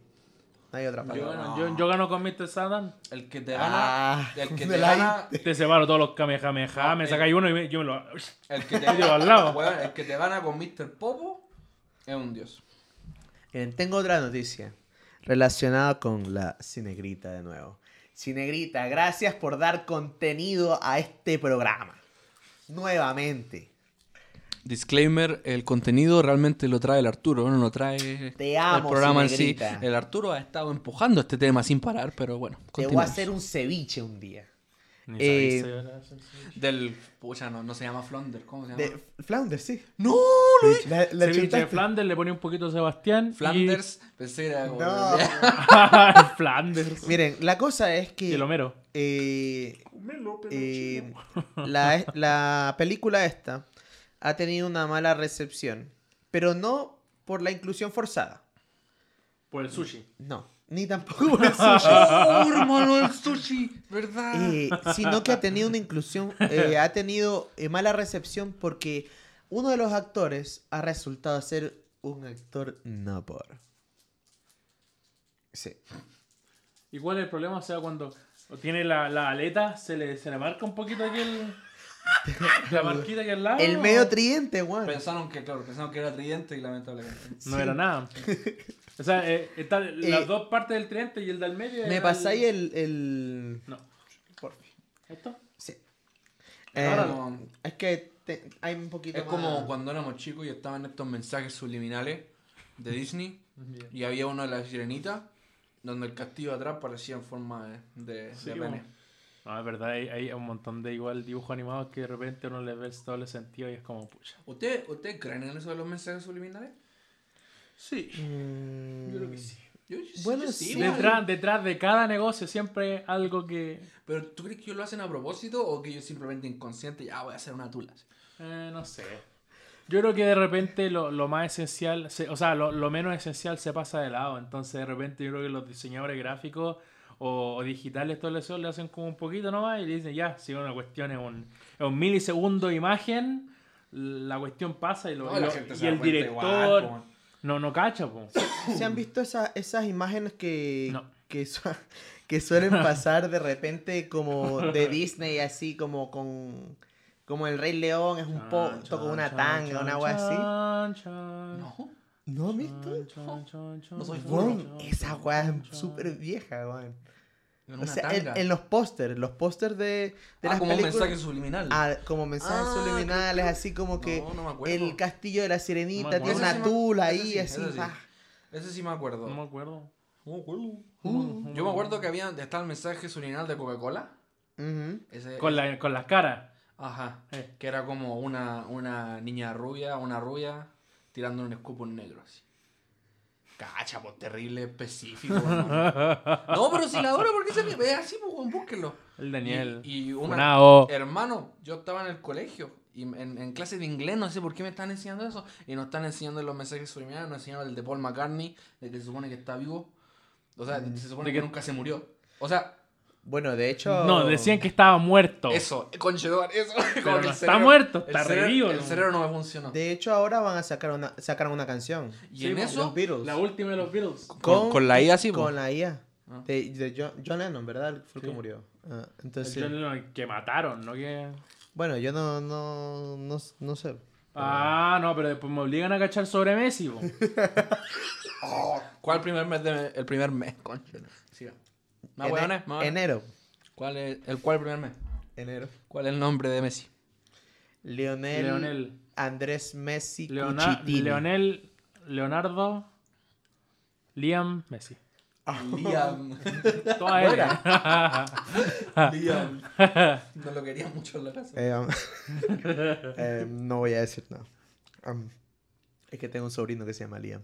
[SPEAKER 2] no hay otra
[SPEAKER 1] Yo,
[SPEAKER 2] palabra.
[SPEAKER 1] gano- yo, yo gano con Mr. Satan.
[SPEAKER 3] El que te gana.
[SPEAKER 2] Ah,
[SPEAKER 3] el que
[SPEAKER 2] me
[SPEAKER 3] te
[SPEAKER 2] la
[SPEAKER 3] gana.
[SPEAKER 1] Te separo todos los kamehameha.
[SPEAKER 3] No, eh.
[SPEAKER 1] Me
[SPEAKER 3] el-
[SPEAKER 1] sacáis uno y me- yo me lo.
[SPEAKER 2] Eh,
[SPEAKER 3] El que te
[SPEAKER 1] Yo al lado.
[SPEAKER 3] gana. weón, el que te gana con Mr. Popo es un dios.
[SPEAKER 2] Miren, tengo otra noticia relacionada con la Cinegrita de nuevo. Cinegrita, gracias por dar contenido a este programa. Nuevamente.
[SPEAKER 3] Disclaimer, el contenido realmente lo trae el Arturo, no lo trae
[SPEAKER 2] Te amo,
[SPEAKER 3] el programa en sí.
[SPEAKER 2] Cinegrita.
[SPEAKER 3] El Arturo ha estado empujando este tema sin parar, pero bueno,
[SPEAKER 2] Te voy a
[SPEAKER 3] continuemos.
[SPEAKER 2] hacer un ceviche un día.
[SPEAKER 1] Ni
[SPEAKER 2] Eh,
[SPEAKER 1] sabéis, ¿verdad?
[SPEAKER 3] Del... Pucha, no, no se llama Flounder, ¿cómo se llama?
[SPEAKER 2] De Flounder, sí.
[SPEAKER 3] ¡No! no es-
[SPEAKER 2] La, la
[SPEAKER 1] ceviche de
[SPEAKER 2] chuntaste.
[SPEAKER 1] Flanders, le pone un poquito a Sebastián. y-
[SPEAKER 3] Flanders, pensé que era como...
[SPEAKER 2] No.
[SPEAKER 1] Flanders.
[SPEAKER 2] Miren, la cosa es
[SPEAKER 1] Y el
[SPEAKER 2] que
[SPEAKER 1] Homero.
[SPEAKER 2] eh, eh, la, la película esta ha tenido una mala recepción, pero no por la inclusión forzada.
[SPEAKER 1] Por el sushi.
[SPEAKER 2] No, ni tampoco por el sushi.
[SPEAKER 3] ¡Oh, hermano, el sushi! ¿Verdad?
[SPEAKER 2] eh, sino que ha tenido una inclusión, eh, ha tenido eh, mala recepción porque uno de los actores ha resultado ser un actor no por. Sí.
[SPEAKER 1] ¿Y cuál es el problema? O sea, cuando tiene la, la aleta, se le, se le marca un poquito aquí el. La marquita aquí al lado.
[SPEAKER 2] El medio tridente, weón.
[SPEAKER 3] Pensaron que, claro, pensaron que era tridente y lamentablemente.
[SPEAKER 1] No era nada. O sea, eh, están
[SPEAKER 2] Eh,
[SPEAKER 1] las dos partes del tridente y el del medio.
[SPEAKER 2] Me
[SPEAKER 1] era
[SPEAKER 2] pasáis el. el...
[SPEAKER 1] No. ¿Esto?
[SPEAKER 2] Sí.
[SPEAKER 3] Es
[SPEAKER 2] Eh,
[SPEAKER 3] como-
[SPEAKER 2] es que te- hay un poquito.
[SPEAKER 3] Es como
[SPEAKER 2] más-
[SPEAKER 3] cuando éramos chicos y estaban estos mensajes subliminales de Disney y había uno de la sirenita donde el castillo atrás parecía en forma de, de,
[SPEAKER 1] Sí,
[SPEAKER 3] de
[SPEAKER 1] bueno.
[SPEAKER 3] pene.
[SPEAKER 1] No, es verdad, hay, hay un montón de igual dibujos animados que de repente uno les ve el doble sentido y es como pucha.
[SPEAKER 3] ¿Ustedes ustedes creen en eso de los mensajes subliminales?
[SPEAKER 1] Sí,
[SPEAKER 2] Mm,
[SPEAKER 1] yo creo que sí.
[SPEAKER 3] Yo, yo
[SPEAKER 2] Bueno,
[SPEAKER 3] yo
[SPEAKER 2] sí.
[SPEAKER 3] weón.
[SPEAKER 1] Detrás, detrás de cada negocio siempre hay algo que.
[SPEAKER 3] Pero ¿tú crees que ellos lo hacen a propósito o que ellos simplemente inconsciente ya voy a hacer una tula?
[SPEAKER 1] eh, no sé. Yo creo que de repente lo, lo más esencial, se- o sea, lo, lo menos esencial se pasa de lado. Entonces, de repente, yo creo que los diseñadores gráficos o, o digitales, todo eso, le hacen como un poquito nomás y le dicen, ya, si una cuestión es un, es un milisegundo de imagen, la cuestión pasa y, lo,
[SPEAKER 3] No,
[SPEAKER 1] y
[SPEAKER 3] la
[SPEAKER 1] lo-
[SPEAKER 3] gente se
[SPEAKER 1] y
[SPEAKER 3] da
[SPEAKER 1] el
[SPEAKER 3] cuenta
[SPEAKER 1] director
[SPEAKER 3] igual, po.
[SPEAKER 1] no, no cacha, po.
[SPEAKER 2] ¿Se han visto esa- esas imágenes que,
[SPEAKER 1] No.
[SPEAKER 2] que, su- que suelen pasar de repente como de Disney, así como con como el Rey León, es un po,
[SPEAKER 1] Chan,
[SPEAKER 2] con una
[SPEAKER 1] chan,
[SPEAKER 2] tanga,
[SPEAKER 1] chan,
[SPEAKER 2] una agua así?
[SPEAKER 1] chan,
[SPEAKER 2] Ah.
[SPEAKER 1] chan,
[SPEAKER 3] No.
[SPEAKER 2] ¿No han
[SPEAKER 1] chan,
[SPEAKER 2] visto?
[SPEAKER 1] chan, chan, chan,
[SPEAKER 3] No soy
[SPEAKER 1] chan,
[SPEAKER 2] Weón,
[SPEAKER 1] chan,
[SPEAKER 2] esa
[SPEAKER 1] chan,
[SPEAKER 2] weá
[SPEAKER 1] chan,
[SPEAKER 2] es súper vieja, weón.
[SPEAKER 3] En
[SPEAKER 2] O
[SPEAKER 3] una
[SPEAKER 2] sea, en,
[SPEAKER 3] tanga.
[SPEAKER 2] en los pósters, los pósters de, de
[SPEAKER 3] Ah,
[SPEAKER 2] las
[SPEAKER 3] como un
[SPEAKER 2] películas-
[SPEAKER 3] mensaje subliminal.
[SPEAKER 2] Ah, como mensajes
[SPEAKER 3] Ah,
[SPEAKER 2] subliminales,
[SPEAKER 3] creo que-
[SPEAKER 2] así como que
[SPEAKER 3] No, no me acuerdo.
[SPEAKER 2] el castillo de la
[SPEAKER 1] No
[SPEAKER 2] sirenita
[SPEAKER 1] me
[SPEAKER 2] tiene
[SPEAKER 1] acuerdo.
[SPEAKER 2] una
[SPEAKER 3] Ese sí me-
[SPEAKER 2] tula
[SPEAKER 3] ese
[SPEAKER 2] ahí,
[SPEAKER 3] sí,
[SPEAKER 2] así.
[SPEAKER 3] ese sí.
[SPEAKER 2] ah.
[SPEAKER 3] Ese sí me acuerdo.
[SPEAKER 1] No me acuerdo.
[SPEAKER 3] No me acuerdo.
[SPEAKER 1] Uh,
[SPEAKER 3] Yo me acuerdo que había estaba el mensaje subliminal de Coca-Cola.
[SPEAKER 2] Ujú.
[SPEAKER 3] Ese-
[SPEAKER 1] Con, la, con las caras.
[SPEAKER 3] Ajá.
[SPEAKER 1] Eh.
[SPEAKER 3] Que era como una, una niña rubia, una rubia, tirando un escupo en negro así. Cacha, pues terrible específico. No, No, pero si la adoro, ¿por qué se me ve así? Pues weón, búsquenlo.
[SPEAKER 1] El Daniel.
[SPEAKER 3] Y, y una-
[SPEAKER 1] Funao.
[SPEAKER 3] Hermano, yo estaba en el colegio y en, en clase de inglés, no sé por qué me están enseñando eso. Y nos están enseñando los mensajes subliminales, nos enseñaron el de Paul McCartney, de que se supone que está vivo. O sea, se supone
[SPEAKER 1] Mm, De
[SPEAKER 3] que
[SPEAKER 1] que-
[SPEAKER 3] nunca se murió. O sea,
[SPEAKER 2] Bueno, de hecho.
[SPEAKER 1] No, decían que estaba muerto.
[SPEAKER 3] eso, conchetumare, eso. Como
[SPEAKER 1] Pero
[SPEAKER 3] que
[SPEAKER 1] no
[SPEAKER 3] el
[SPEAKER 1] está muerto, está
[SPEAKER 3] el cerebro-
[SPEAKER 1] revivo,
[SPEAKER 3] El
[SPEAKER 1] ¿no?
[SPEAKER 3] cerebro no me funcionó.
[SPEAKER 2] De hecho, ahora van a sacar una, sacaron una canción.
[SPEAKER 3] Y
[SPEAKER 1] Sí,
[SPEAKER 3] en
[SPEAKER 1] po,
[SPEAKER 2] Los
[SPEAKER 3] eso,
[SPEAKER 2] Beatles.
[SPEAKER 1] La última de los Beatles.
[SPEAKER 3] con, con la IA sí, po.
[SPEAKER 2] Con la IA.
[SPEAKER 3] Ah.
[SPEAKER 2] De, de John, John Lennon, ¿verdad? Fue el que
[SPEAKER 1] Sí.
[SPEAKER 2] murió. Ah,
[SPEAKER 1] El
[SPEAKER 2] entonces.
[SPEAKER 1] John Lennon que mataron, ¿no? Que...
[SPEAKER 2] Bueno, yo no, no, no, no sé.
[SPEAKER 1] Ah, no, pero después me obligan a cachar sobre Messi, po.
[SPEAKER 3] ¿Cuál primer mes de- el primer mes, conche? Siga. Más
[SPEAKER 1] Ah,
[SPEAKER 2] Ene-
[SPEAKER 3] hueones, más hueones.
[SPEAKER 2] enero.
[SPEAKER 3] eh, ¿Cuál es el cuál primer mes?
[SPEAKER 2] Enero.
[SPEAKER 3] ¿Cuál es el nombre de Messi?
[SPEAKER 2] Leonel.
[SPEAKER 1] Leonel.
[SPEAKER 2] Andrés Messi
[SPEAKER 1] Leona-
[SPEAKER 2] Cuchitini.
[SPEAKER 1] Leonel. Leonardo. Liam Messi.
[SPEAKER 3] Liam.
[SPEAKER 1] Toda L.
[SPEAKER 3] Liam. No lo quería mucho en la casa.
[SPEAKER 2] Eh, um, eh, no voy a decir nada. Um, es que tengo un sobrino que se llama Liam.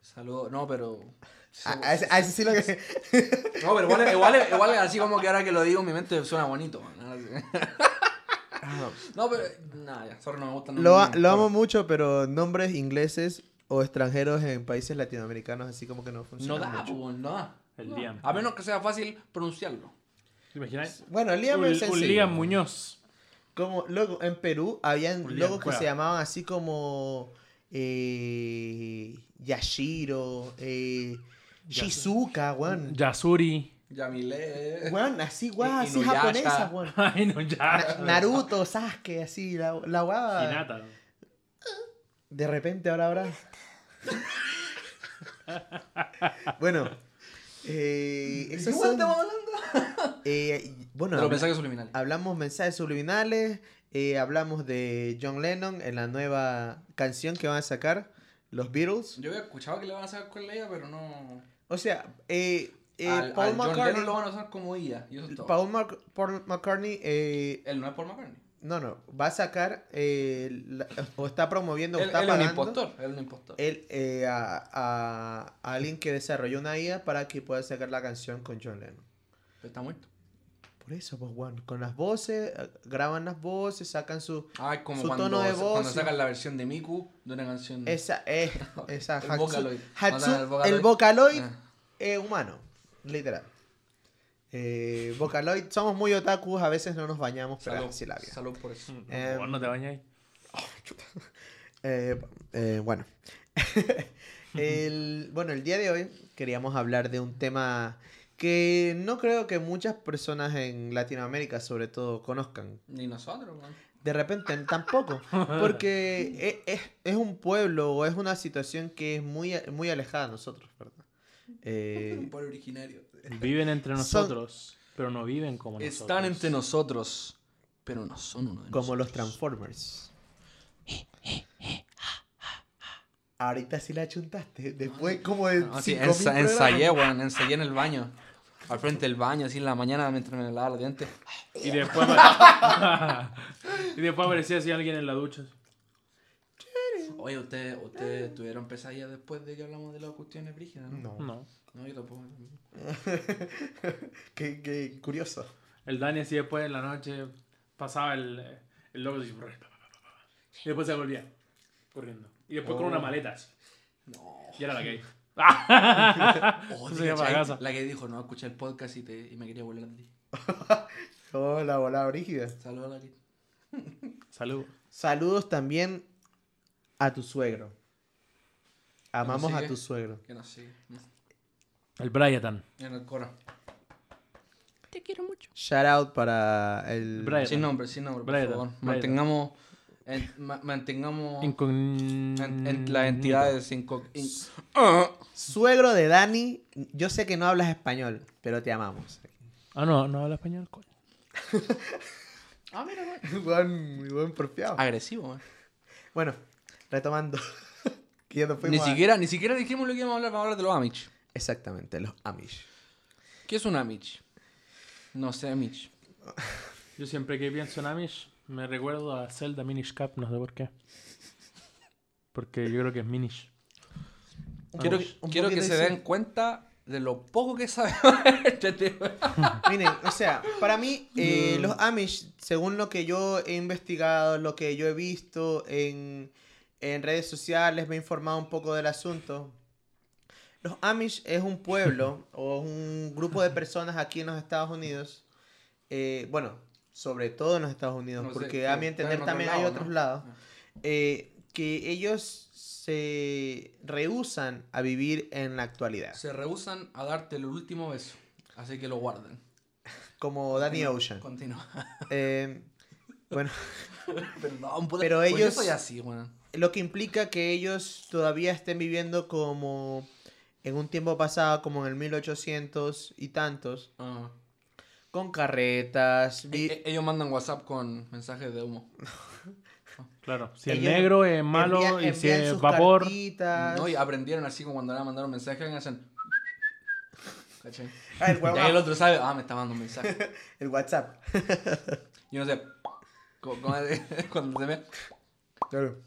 [SPEAKER 3] Saludos. No, pero.
[SPEAKER 2] A, a ese, a ese sí lo que.
[SPEAKER 3] No, pero igual, igual, igual así como que ahora que lo digo en mi mente suena bonito. man. Ahora sí.
[SPEAKER 1] Ah,
[SPEAKER 3] No, pero. Nada, ya. Sorry, no me gustan. los
[SPEAKER 2] Lo, a-
[SPEAKER 3] niños.
[SPEAKER 2] lo amo mucho, pero nombres ingleses o extranjeros en países latinoamericanos así como que no
[SPEAKER 3] No
[SPEAKER 2] funcionan
[SPEAKER 3] da,
[SPEAKER 2] mucho.
[SPEAKER 3] pues, no da.
[SPEAKER 1] El
[SPEAKER 3] No.
[SPEAKER 1] Liam.
[SPEAKER 3] A menos que sea fácil pronunciarlo.
[SPEAKER 1] Ah, ¿Te imaginas?
[SPEAKER 2] Bueno, Liam
[SPEAKER 1] Un,
[SPEAKER 2] es
[SPEAKER 1] un
[SPEAKER 2] sencillo.
[SPEAKER 1] Liam Muñoz.
[SPEAKER 2] Como, loco, en Perú habían
[SPEAKER 1] Un Liam
[SPEAKER 2] logos que
[SPEAKER 1] Cueva.
[SPEAKER 2] se llamaban así como eh, Yashiro, eh, Shizuka, weón.
[SPEAKER 1] Yasuri.
[SPEAKER 3] Yamile.
[SPEAKER 2] Weón, así, weón, así
[SPEAKER 3] Inuyasha.
[SPEAKER 2] japonesa, weón.
[SPEAKER 1] Ay, no, ya.
[SPEAKER 2] Na- Naruto, Sasuke, así, la, la guava.
[SPEAKER 1] Hinata.
[SPEAKER 2] De repente ahora habrá. bueno. Eh, esos
[SPEAKER 3] Igual
[SPEAKER 2] son,
[SPEAKER 3] estamos hablando.
[SPEAKER 2] eh, y- bueno,
[SPEAKER 3] De los
[SPEAKER 2] habla-
[SPEAKER 3] mensajes subliminales.
[SPEAKER 2] hablamos mensajes subliminales, eh, hablamos de John Lennon en la nueva canción que van a sacar, los Beatles.
[SPEAKER 3] Yo había escuchado que le van a sacar con la IA, pero no.
[SPEAKER 2] O sea, eh, eh,
[SPEAKER 3] al,
[SPEAKER 2] Paul,
[SPEAKER 3] al John
[SPEAKER 2] McCartney,
[SPEAKER 3] Lennon lo van a usar como IA. Y eso es todo.
[SPEAKER 2] Paul Mac- Paul McCartney, eh,
[SPEAKER 3] Él no es Paul McCartney.
[SPEAKER 2] no, no, va a sacar eh, la- o está promoviendo, o
[SPEAKER 3] él
[SPEAKER 2] está
[SPEAKER 3] él es un
[SPEAKER 2] pagando-
[SPEAKER 3] impostor. Él es un impostor.
[SPEAKER 2] él, eh, a, a- a alguien que desarrolló una IA para que pueda sacar la canción con John Lennon.
[SPEAKER 3] Está muerto.
[SPEAKER 2] Por eso, pues, Juan, con las voces, eh, graban las voces, sacan su...
[SPEAKER 3] Ah, es como
[SPEAKER 2] Su
[SPEAKER 3] cuando,
[SPEAKER 2] tono de voz,
[SPEAKER 3] cuando
[SPEAKER 2] sí.
[SPEAKER 3] sacan la versión de Miku de una canción.
[SPEAKER 2] Esa, eh, esa,
[SPEAKER 3] Mm. El
[SPEAKER 2] Hatsu-
[SPEAKER 3] Vocaloid.
[SPEAKER 2] Hatsu-
[SPEAKER 3] Matan el Vocaloid.
[SPEAKER 2] el Vocaloid
[SPEAKER 3] Ah.
[SPEAKER 2] eh, humano, literal. Eh, Vocaloid, somos muy otakus, a veces no nos bañamos, pero
[SPEAKER 3] Salud,
[SPEAKER 2] así Ah, la vida.
[SPEAKER 3] salud por
[SPEAKER 1] Mm.
[SPEAKER 3] eso.
[SPEAKER 2] Em,
[SPEAKER 1] Vos no te bañáis.
[SPEAKER 2] Eh, eh, bueno. el, bueno, el día de hoy queríamos hablar de un tema que no creo que muchas personas en Latinoamérica, sobre todo, conozcan.
[SPEAKER 3] Ni nosotros, man.
[SPEAKER 2] De repente tampoco, porque e- es, es un pueblo o es una situación que es muy, muy alejada de nosotros, ¿verdad? Eh,
[SPEAKER 3] Un pueblo originario.
[SPEAKER 1] Viven entre
[SPEAKER 2] son-
[SPEAKER 1] nosotros, pero no viven como nosotros.
[SPEAKER 3] Están entre nosotros, pero no son uno de
[SPEAKER 2] como
[SPEAKER 3] nosotros.
[SPEAKER 2] los Transformers. Ahorita sí la chuntaste, después como de
[SPEAKER 3] Ah, sí,
[SPEAKER 2] 5.000
[SPEAKER 3] ensa-
[SPEAKER 2] programas.
[SPEAKER 3] ensayé, weón. Ensayé en el baño. Al frente del baño, así en la mañana mientras me lavaba los dientes.
[SPEAKER 1] Y después, apare- y después aparecía así alguien en la ducha.
[SPEAKER 3] Oye, ¿ustedes ustedes tuvieron pesadillas después de que hablamos de las cuestiones brígidas? No.
[SPEAKER 2] No.
[SPEAKER 1] No.
[SPEAKER 3] No, yo tampoco.
[SPEAKER 2] Qué, qué curioso.
[SPEAKER 1] El Dani así después eh, en la noche pasaba el, el logo así, y después se volvía. corriendo. Y después con una maleta así.
[SPEAKER 3] No.
[SPEAKER 1] Y era la que hay.
[SPEAKER 3] Oh,
[SPEAKER 1] Se
[SPEAKER 3] ¿te
[SPEAKER 1] iba para
[SPEAKER 3] cachai?
[SPEAKER 1] casa.
[SPEAKER 3] La que dijo, no, escuché el podcast y, te, y me quería volar de ti.
[SPEAKER 2] Oh, la volada brígida.
[SPEAKER 3] Saludos a la Kit.
[SPEAKER 1] Salud.
[SPEAKER 2] Saludos también a tu suegro. Amamos a
[SPEAKER 3] sigue?
[SPEAKER 2] tu suegro.
[SPEAKER 3] Que no sé.
[SPEAKER 1] El Bryatan.
[SPEAKER 3] En el coro.
[SPEAKER 4] Te quiero mucho.
[SPEAKER 2] Shout out para el.
[SPEAKER 1] Brian.
[SPEAKER 3] Sin nombre, sin nombre, por
[SPEAKER 1] Breda,
[SPEAKER 3] favor.
[SPEAKER 1] Breda.
[SPEAKER 3] Mantengamos. en- ma- mantengamos.
[SPEAKER 1] Incon...
[SPEAKER 3] en- en las entidades inco- Ah, in-
[SPEAKER 2] Suegro de Dani. Yo sé que no hablas español, pero te amamos.
[SPEAKER 1] Ah, no, no habla español, coño.
[SPEAKER 3] Ah, mira, güey.
[SPEAKER 2] buen, muy buen porfiado.
[SPEAKER 3] Agresivo, eh. güey.
[SPEAKER 2] Bueno, retomando. que ya nos
[SPEAKER 3] Ni
[SPEAKER 2] fuimos a-
[SPEAKER 3] siquiera, ni siquiera dijimos lo que íbamos a hablar, vamos a hablar de los Amish.
[SPEAKER 2] Exactamente, los Amish.
[SPEAKER 3] ¿Qué es un Amish? No sé, Amish.
[SPEAKER 1] Yo siempre que pienso en Amish, me recuerdo a Zelda Minish Cap, no sé por qué. Porque yo creo que es Minish.
[SPEAKER 3] Quiero,
[SPEAKER 2] po- un
[SPEAKER 3] quiero que
[SPEAKER 2] poquito
[SPEAKER 3] se
[SPEAKER 2] de-
[SPEAKER 3] den cuenta de lo poco que sabemos de este tema.
[SPEAKER 2] Miren, o sea, para mí,
[SPEAKER 3] Mm.
[SPEAKER 2] eh, los Amish, según lo que yo he investigado, lo que yo he visto en, en redes sociales, me he informado un poco del asunto. Los Amish es un pueblo o es un grupo de personas aquí en los Estados Unidos. eh, bueno, sobre todo en los Estados Unidos,
[SPEAKER 3] No sé,
[SPEAKER 2] porque
[SPEAKER 3] pero
[SPEAKER 2] a mi
[SPEAKER 3] está en
[SPEAKER 2] entender
[SPEAKER 3] otro
[SPEAKER 2] también hay
[SPEAKER 3] lado, ¿no? Ah.
[SPEAKER 2] otros lados. eh, que ellos se rehusan a vivir en la actualidad.
[SPEAKER 3] Se rehusan a darte el último beso, así que lo guardan.
[SPEAKER 2] Como Danny Ocean.
[SPEAKER 3] Continúa.
[SPEAKER 2] Eh, bueno.
[SPEAKER 3] Perdón, puta.
[SPEAKER 2] Pero
[SPEAKER 3] Pues
[SPEAKER 2] ellos-
[SPEAKER 3] Yo soy así, weón.
[SPEAKER 2] Lo que implica que ellos todavía estén viviendo como en un tiempo pasado, como en el 1800 y tantos,
[SPEAKER 3] Ah.
[SPEAKER 2] con carretas. vi-
[SPEAKER 3] E- e- ellos mandan WhatsApp con mensajes de humo.
[SPEAKER 1] Claro. Si el
[SPEAKER 2] Ellos
[SPEAKER 1] negro es malo
[SPEAKER 2] envía-
[SPEAKER 1] y si
[SPEAKER 2] envían
[SPEAKER 1] es
[SPEAKER 2] sus
[SPEAKER 1] vapor.
[SPEAKER 2] cartitas.
[SPEAKER 3] No, y aprendieron así como cuando le mandaron un mensaje, alguien hacen. ¿Cachai?
[SPEAKER 2] Ah, el,
[SPEAKER 3] Y ahí
[SPEAKER 2] huevón,
[SPEAKER 3] el otro sabe, ah, me está mandando un mensaje.
[SPEAKER 2] el WhatsApp.
[SPEAKER 3] Yo no sé. co- co- Cuando se ve-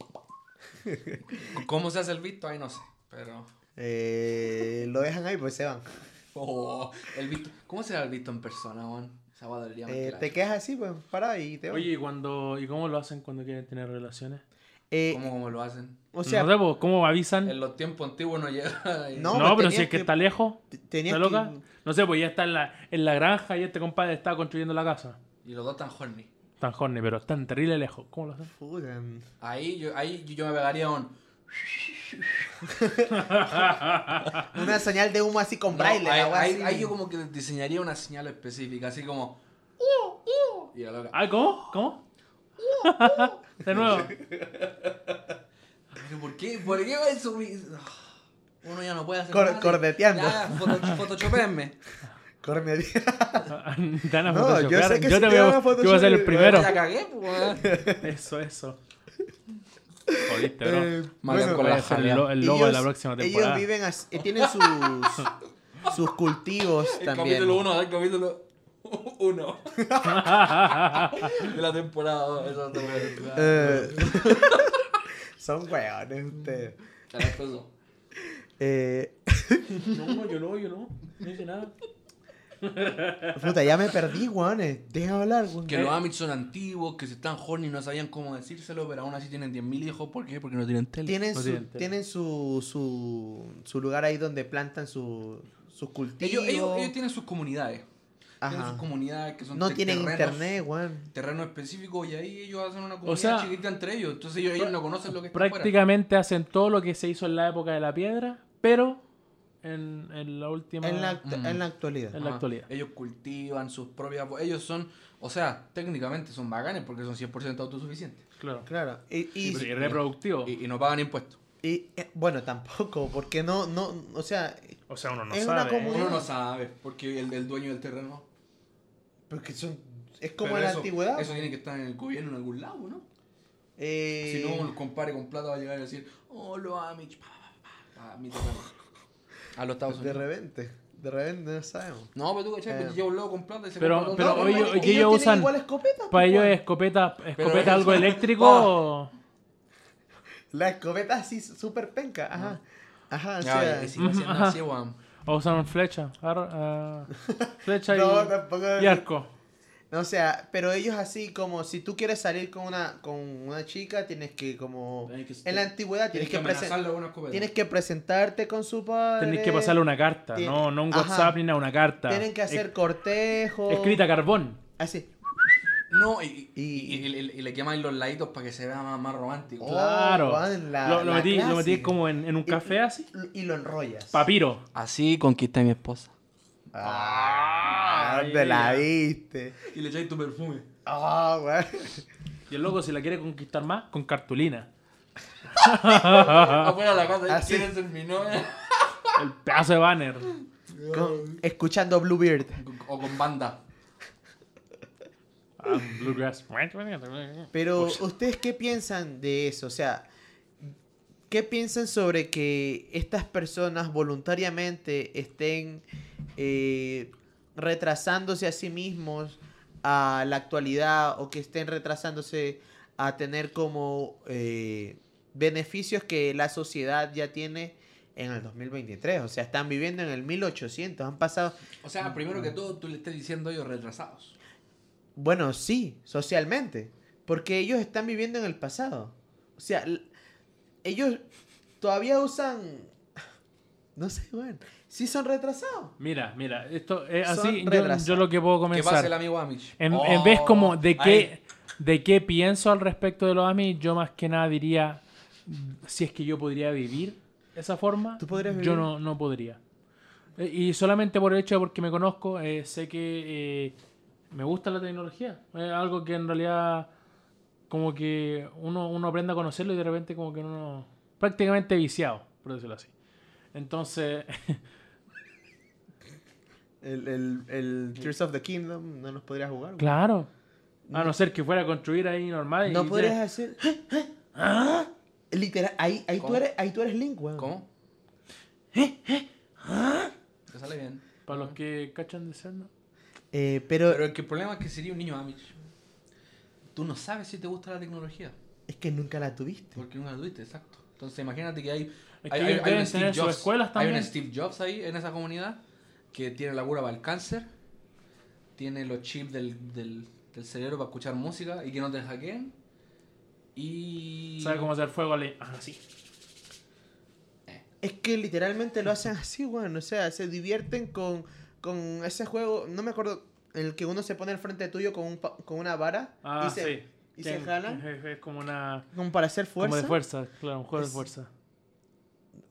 [SPEAKER 3] ¿Cómo se hace el visto? Ahí no sé. Pero.
[SPEAKER 2] Eh, lo dejan ahí, pues se van.
[SPEAKER 3] Oh, el visto. ¿Cómo será el visto en persona, weón? Esa guada debería
[SPEAKER 2] Eh,
[SPEAKER 3] meterla.
[SPEAKER 2] te quedas así, pues para y te vas.
[SPEAKER 1] Oye, ¿y, cuando, ¿y cómo lo hacen cuando quieren tener relaciones?
[SPEAKER 2] Eh,
[SPEAKER 3] ¿Cómo, cómo lo hacen?
[SPEAKER 2] o sea,
[SPEAKER 1] no sé, pues, ¿cómo avisan?
[SPEAKER 3] En los tiempos antiguos no llega. y-
[SPEAKER 2] No,
[SPEAKER 1] No,
[SPEAKER 2] pues,
[SPEAKER 1] pero
[SPEAKER 2] tenías
[SPEAKER 1] si es que,
[SPEAKER 2] que-
[SPEAKER 1] está lejos,
[SPEAKER 2] t- tenías
[SPEAKER 1] ¿está
[SPEAKER 2] que-
[SPEAKER 1] loca? No sé, pues ya está en la, en la granja y este compadre está construyendo la casa.
[SPEAKER 3] Y los dos tan horny.
[SPEAKER 1] Tan horny, pero tan terrible lejos. ¿Cómo lo hacen?
[SPEAKER 2] Puta.
[SPEAKER 3] Ahí yo, ahí yo me pegaría un.
[SPEAKER 2] Una señal de humo así con
[SPEAKER 3] No,
[SPEAKER 2] braille.
[SPEAKER 3] ahí,
[SPEAKER 2] algo
[SPEAKER 3] ahí-
[SPEAKER 2] así.
[SPEAKER 3] ahí yo como que diseñaría una señal específica, así como. Y la loca.
[SPEAKER 1] Ah, ¿cómo? ¿Cómo? De nuevo.
[SPEAKER 3] Pero ¿Por qué? ¿Por qué va a subir? Uno ya no puede hacer
[SPEAKER 2] Cor-
[SPEAKER 3] nada.
[SPEAKER 2] corneteando.
[SPEAKER 3] Ya, foto, photoshopenme.
[SPEAKER 2] Corre, me-
[SPEAKER 1] Te van a
[SPEAKER 2] No,
[SPEAKER 1] photoshopear.
[SPEAKER 2] yo sé que
[SPEAKER 1] yo
[SPEAKER 2] sí
[SPEAKER 1] te
[SPEAKER 2] te eh,
[SPEAKER 1] veo-
[SPEAKER 2] van
[SPEAKER 1] Yo
[SPEAKER 2] a
[SPEAKER 1] voy a ser el
[SPEAKER 2] photoshopear.
[SPEAKER 1] primero.
[SPEAKER 3] Ya cagué, pues. weón.
[SPEAKER 1] Eso, eso. Jodiste, bro.
[SPEAKER 2] Eh,
[SPEAKER 3] Mario
[SPEAKER 2] bueno,
[SPEAKER 3] con
[SPEAKER 1] Voy a
[SPEAKER 3] la
[SPEAKER 1] ser
[SPEAKER 3] jalea.
[SPEAKER 1] el, lo- el logo de la próxima temporada.
[SPEAKER 2] Ellos viven as- eh, tienen sus, sus cultivos
[SPEAKER 3] El
[SPEAKER 2] también.
[SPEAKER 3] capítulo 1, el capítulo 1 de la temporada. dos, Eso es todo, weón.
[SPEAKER 2] Eh, son weones ustedes.
[SPEAKER 3] Ya, las cosas.
[SPEAKER 2] Eh,
[SPEAKER 1] No, yo no, yo no. No hice nada.
[SPEAKER 2] puta, ya me perdí, weones. Deja hablar, weón.
[SPEAKER 3] Que los Amish son antiguos, que si están horny no sabían cómo decírselo, pero aún así tienen 10.000 hijos. ¿Por qué? Porque no tienen tele.
[SPEAKER 2] Tienen,
[SPEAKER 1] No
[SPEAKER 2] su,
[SPEAKER 1] tienen tele.
[SPEAKER 2] tienen su, su, su lugar ahí donde plantan su, sus
[SPEAKER 3] Ellos,
[SPEAKER 2] cultivos.
[SPEAKER 3] ellos, ellos tienen sus comunidades. Tienen
[SPEAKER 2] Ajá.
[SPEAKER 3] sus comunidades que son
[SPEAKER 2] No
[SPEAKER 3] te-
[SPEAKER 2] tienen
[SPEAKER 3] terrenos-
[SPEAKER 2] internet, weón.
[SPEAKER 3] Terreno específico y ahí ellos hacen una comunidad
[SPEAKER 1] sea,
[SPEAKER 3] chiquita entre ellos. Entonces ellos, ellos no conocen lo que está afuera.
[SPEAKER 1] Prácticamente hacen todo lo que se hizo en la época de la piedra, pero en, en la última.
[SPEAKER 2] En la, act-
[SPEAKER 3] Mm.
[SPEAKER 2] en la actualidad.
[SPEAKER 1] en la
[SPEAKER 3] Ajá.
[SPEAKER 1] actualidad.
[SPEAKER 3] Ellos cultivan sus propias... vo- Ellos son... O sea, técnicamente son bacanes porque son 100% autosuficientes.
[SPEAKER 1] Claro.
[SPEAKER 2] Claro. Y, y-
[SPEAKER 1] Y, reproductivo.
[SPEAKER 3] Y, y no pagan impuestos.
[SPEAKER 2] y, eh, bueno, tampoco, porque no, no, o sea,
[SPEAKER 1] o sea, uno no
[SPEAKER 2] es una
[SPEAKER 1] sabe. ¿eh?
[SPEAKER 2] comunidad.
[SPEAKER 3] Uno no sabe porque el, el dueño del terreno...
[SPEAKER 2] porque son, es como
[SPEAKER 3] Pero
[SPEAKER 2] en la
[SPEAKER 3] eso-
[SPEAKER 2] antigüedad.
[SPEAKER 3] Eso tiene que estar en el gobierno en algún lado, ¿no?
[SPEAKER 2] Eh,
[SPEAKER 3] Si no, el compadre con plata va a llegar a decir, oh, lo Amish, pa, pa, pa, pa, a mi terreno. A los Estados
[SPEAKER 2] De
[SPEAKER 3] Unidos.
[SPEAKER 2] repente, de repente no sabemos.
[SPEAKER 3] No, pero tú, ¿cachai?
[SPEAKER 2] Eh.
[SPEAKER 3] Pues lleva un loco con plata y se
[SPEAKER 1] Pero-
[SPEAKER 3] compra otro
[SPEAKER 1] pero
[SPEAKER 3] loco,
[SPEAKER 1] oye,
[SPEAKER 3] marico.
[SPEAKER 1] oye, que ellos
[SPEAKER 2] tienen
[SPEAKER 1] usan-
[SPEAKER 2] igual escopetas,
[SPEAKER 1] Para
[SPEAKER 2] pues,
[SPEAKER 1] ellos
[SPEAKER 2] weón.
[SPEAKER 1] es escopeta, escopeta
[SPEAKER 3] ellos-
[SPEAKER 1] algo eléctrico.
[SPEAKER 3] Ah.
[SPEAKER 1] o-
[SPEAKER 2] La escopeta así súper penca, ajá. Ajá, o
[SPEAKER 3] Ya,
[SPEAKER 2] sea.
[SPEAKER 3] y si va haciendo así, weón.
[SPEAKER 1] O usan flecha. ar- ah, flecha y,
[SPEAKER 2] No, tampoco.
[SPEAKER 1] y arco.
[SPEAKER 2] O sea, pero ellos así como si tú quieres salir con una con una chica tienes que como
[SPEAKER 3] Tienes que-
[SPEAKER 2] en la antigüedad tienes,
[SPEAKER 3] Tienes que pues,
[SPEAKER 2] que, presen-
[SPEAKER 3] amenazarlo con una escopeta.
[SPEAKER 2] tienes que presentarte con su padre.
[SPEAKER 1] Tenéis que pasarle una carta,
[SPEAKER 2] Tien-
[SPEAKER 1] no, no un
[SPEAKER 2] Ajá.
[SPEAKER 1] WhatsApp ni nada, una carta.
[SPEAKER 2] Tienen que hacer cortejo.
[SPEAKER 1] Es- escrita a carbón.
[SPEAKER 2] Así.
[SPEAKER 3] No, y, y,
[SPEAKER 2] Y-
[SPEAKER 3] y- y- y le quemáis los laditos para que se vea más, más romántico.
[SPEAKER 2] Oh,
[SPEAKER 1] Claro.
[SPEAKER 2] Juan, la-
[SPEAKER 1] lo, lo
[SPEAKER 2] la
[SPEAKER 1] metí, lo metí
[SPEAKER 2] clásica.
[SPEAKER 1] como en, en un café así.
[SPEAKER 2] Y lo enrollas.
[SPEAKER 1] Papiro.
[SPEAKER 3] Así conquisté a mi esposa.
[SPEAKER 2] Ah, ¿dónde la viste?
[SPEAKER 3] Y le echáis tu perfume.
[SPEAKER 2] Ah, weón.
[SPEAKER 1] Y el loco, si la quiere conquistar más, con cartulina.
[SPEAKER 3] Afuera de la casa,
[SPEAKER 2] Así.
[SPEAKER 3] ¿quieres ser mi novia?
[SPEAKER 1] El pedazo de banner.
[SPEAKER 2] Con- escuchando Bluebeard.
[SPEAKER 3] O con banda.
[SPEAKER 1] Ah, Bluegrass.
[SPEAKER 2] Pero, ¿ustedes qué piensan de eso? O sea, ¿qué piensan sobre que estas personas voluntariamente estén eh, retrasándose a sí mismos a la actualidad o que estén retrasándose a tener como eh, beneficios que la sociedad ya tiene en el 2023? O sea, están viviendo en el 1800, han pasado...
[SPEAKER 3] O sea, primero que todo, tú le estás diciendo a ellos retrasados.
[SPEAKER 2] Bueno, sí, socialmente. Porque ellos están viviendo en el pasado. O sea, l- ellos todavía usan. No sé, bueno. Sí son retrasados.
[SPEAKER 1] Mira, mira, esto es
[SPEAKER 2] Son
[SPEAKER 1] así. Yo,
[SPEAKER 2] retrasados.
[SPEAKER 1] yo lo que puedo
[SPEAKER 3] Que pase el
[SPEAKER 1] comenzar.
[SPEAKER 3] amigo Amish.
[SPEAKER 1] En,
[SPEAKER 3] Oh,
[SPEAKER 1] en vez como de
[SPEAKER 3] ahí.
[SPEAKER 1] qué, de qué pienso al respecto de los AMI, yo más que nada diría, si es que yo podría vivir esa forma,
[SPEAKER 2] ¿Tú podrías
[SPEAKER 1] yo
[SPEAKER 2] vivir?
[SPEAKER 1] no, no podría. Eh, Y solamente por el hecho de porque me conozco, eh, sé que eh, me gusta la tecnología. Es algo que en realidad como que uno, uno aprende a conocerlo y de repente como que uno prácticamente viciado, por decirlo así. Entonces,
[SPEAKER 2] El, el, el Tears of the Kingdom no nos podría jugar. güey.
[SPEAKER 1] claro. A no ser que fuera a construir ahí normal. y
[SPEAKER 2] No
[SPEAKER 1] hiciera-
[SPEAKER 2] podrías hacer. ¿Ah? Literal, ahí, ahí, tú
[SPEAKER 3] ¿Cómo?
[SPEAKER 2] eres, ahí tú eres Link, weón.
[SPEAKER 3] ¿Cómo?
[SPEAKER 1] ¿Eh? ¿Ah?
[SPEAKER 3] Te sale bien.
[SPEAKER 1] Para los que cachan de ser, ¿no?
[SPEAKER 2] Eh, pero,
[SPEAKER 3] Pero el, que- el problema es que sería un niño Amish. Tú no sabes si te gusta la tecnología.
[SPEAKER 2] es que nunca la tuviste.
[SPEAKER 3] Porque nunca la tuviste, exacto. Entonces imagínate que hay,
[SPEAKER 1] Es
[SPEAKER 3] hay,
[SPEAKER 1] que
[SPEAKER 3] hay-
[SPEAKER 1] ellos
[SPEAKER 3] hay
[SPEAKER 1] deben
[SPEAKER 3] un Steve
[SPEAKER 1] tener sus
[SPEAKER 3] Jobs.
[SPEAKER 1] escuelas
[SPEAKER 3] Hay
[SPEAKER 1] también.
[SPEAKER 3] un Steve Jobs ahí en esa comunidad que tiene la cura para el cáncer, tiene los chips del, del, del cerebro para escuchar música y que no te hackeen. Y.
[SPEAKER 1] ¿Sabe cómo hacer fuego? Le... Ah, sí.
[SPEAKER 2] Es que literalmente lo hacen así, weón. O sea, se divierten con, con ese juego. No me acuerdo. En el que uno se pone al frente tuyo con, un pa- con una vara.
[SPEAKER 1] Ah,
[SPEAKER 2] y se,
[SPEAKER 1] sí.
[SPEAKER 2] Y se
[SPEAKER 1] Que-
[SPEAKER 2] jalan.
[SPEAKER 1] Es, es como una...
[SPEAKER 2] Como para hacer fuerza.
[SPEAKER 1] Como de fuerza, claro, un juego
[SPEAKER 2] Es-
[SPEAKER 1] de fuerza.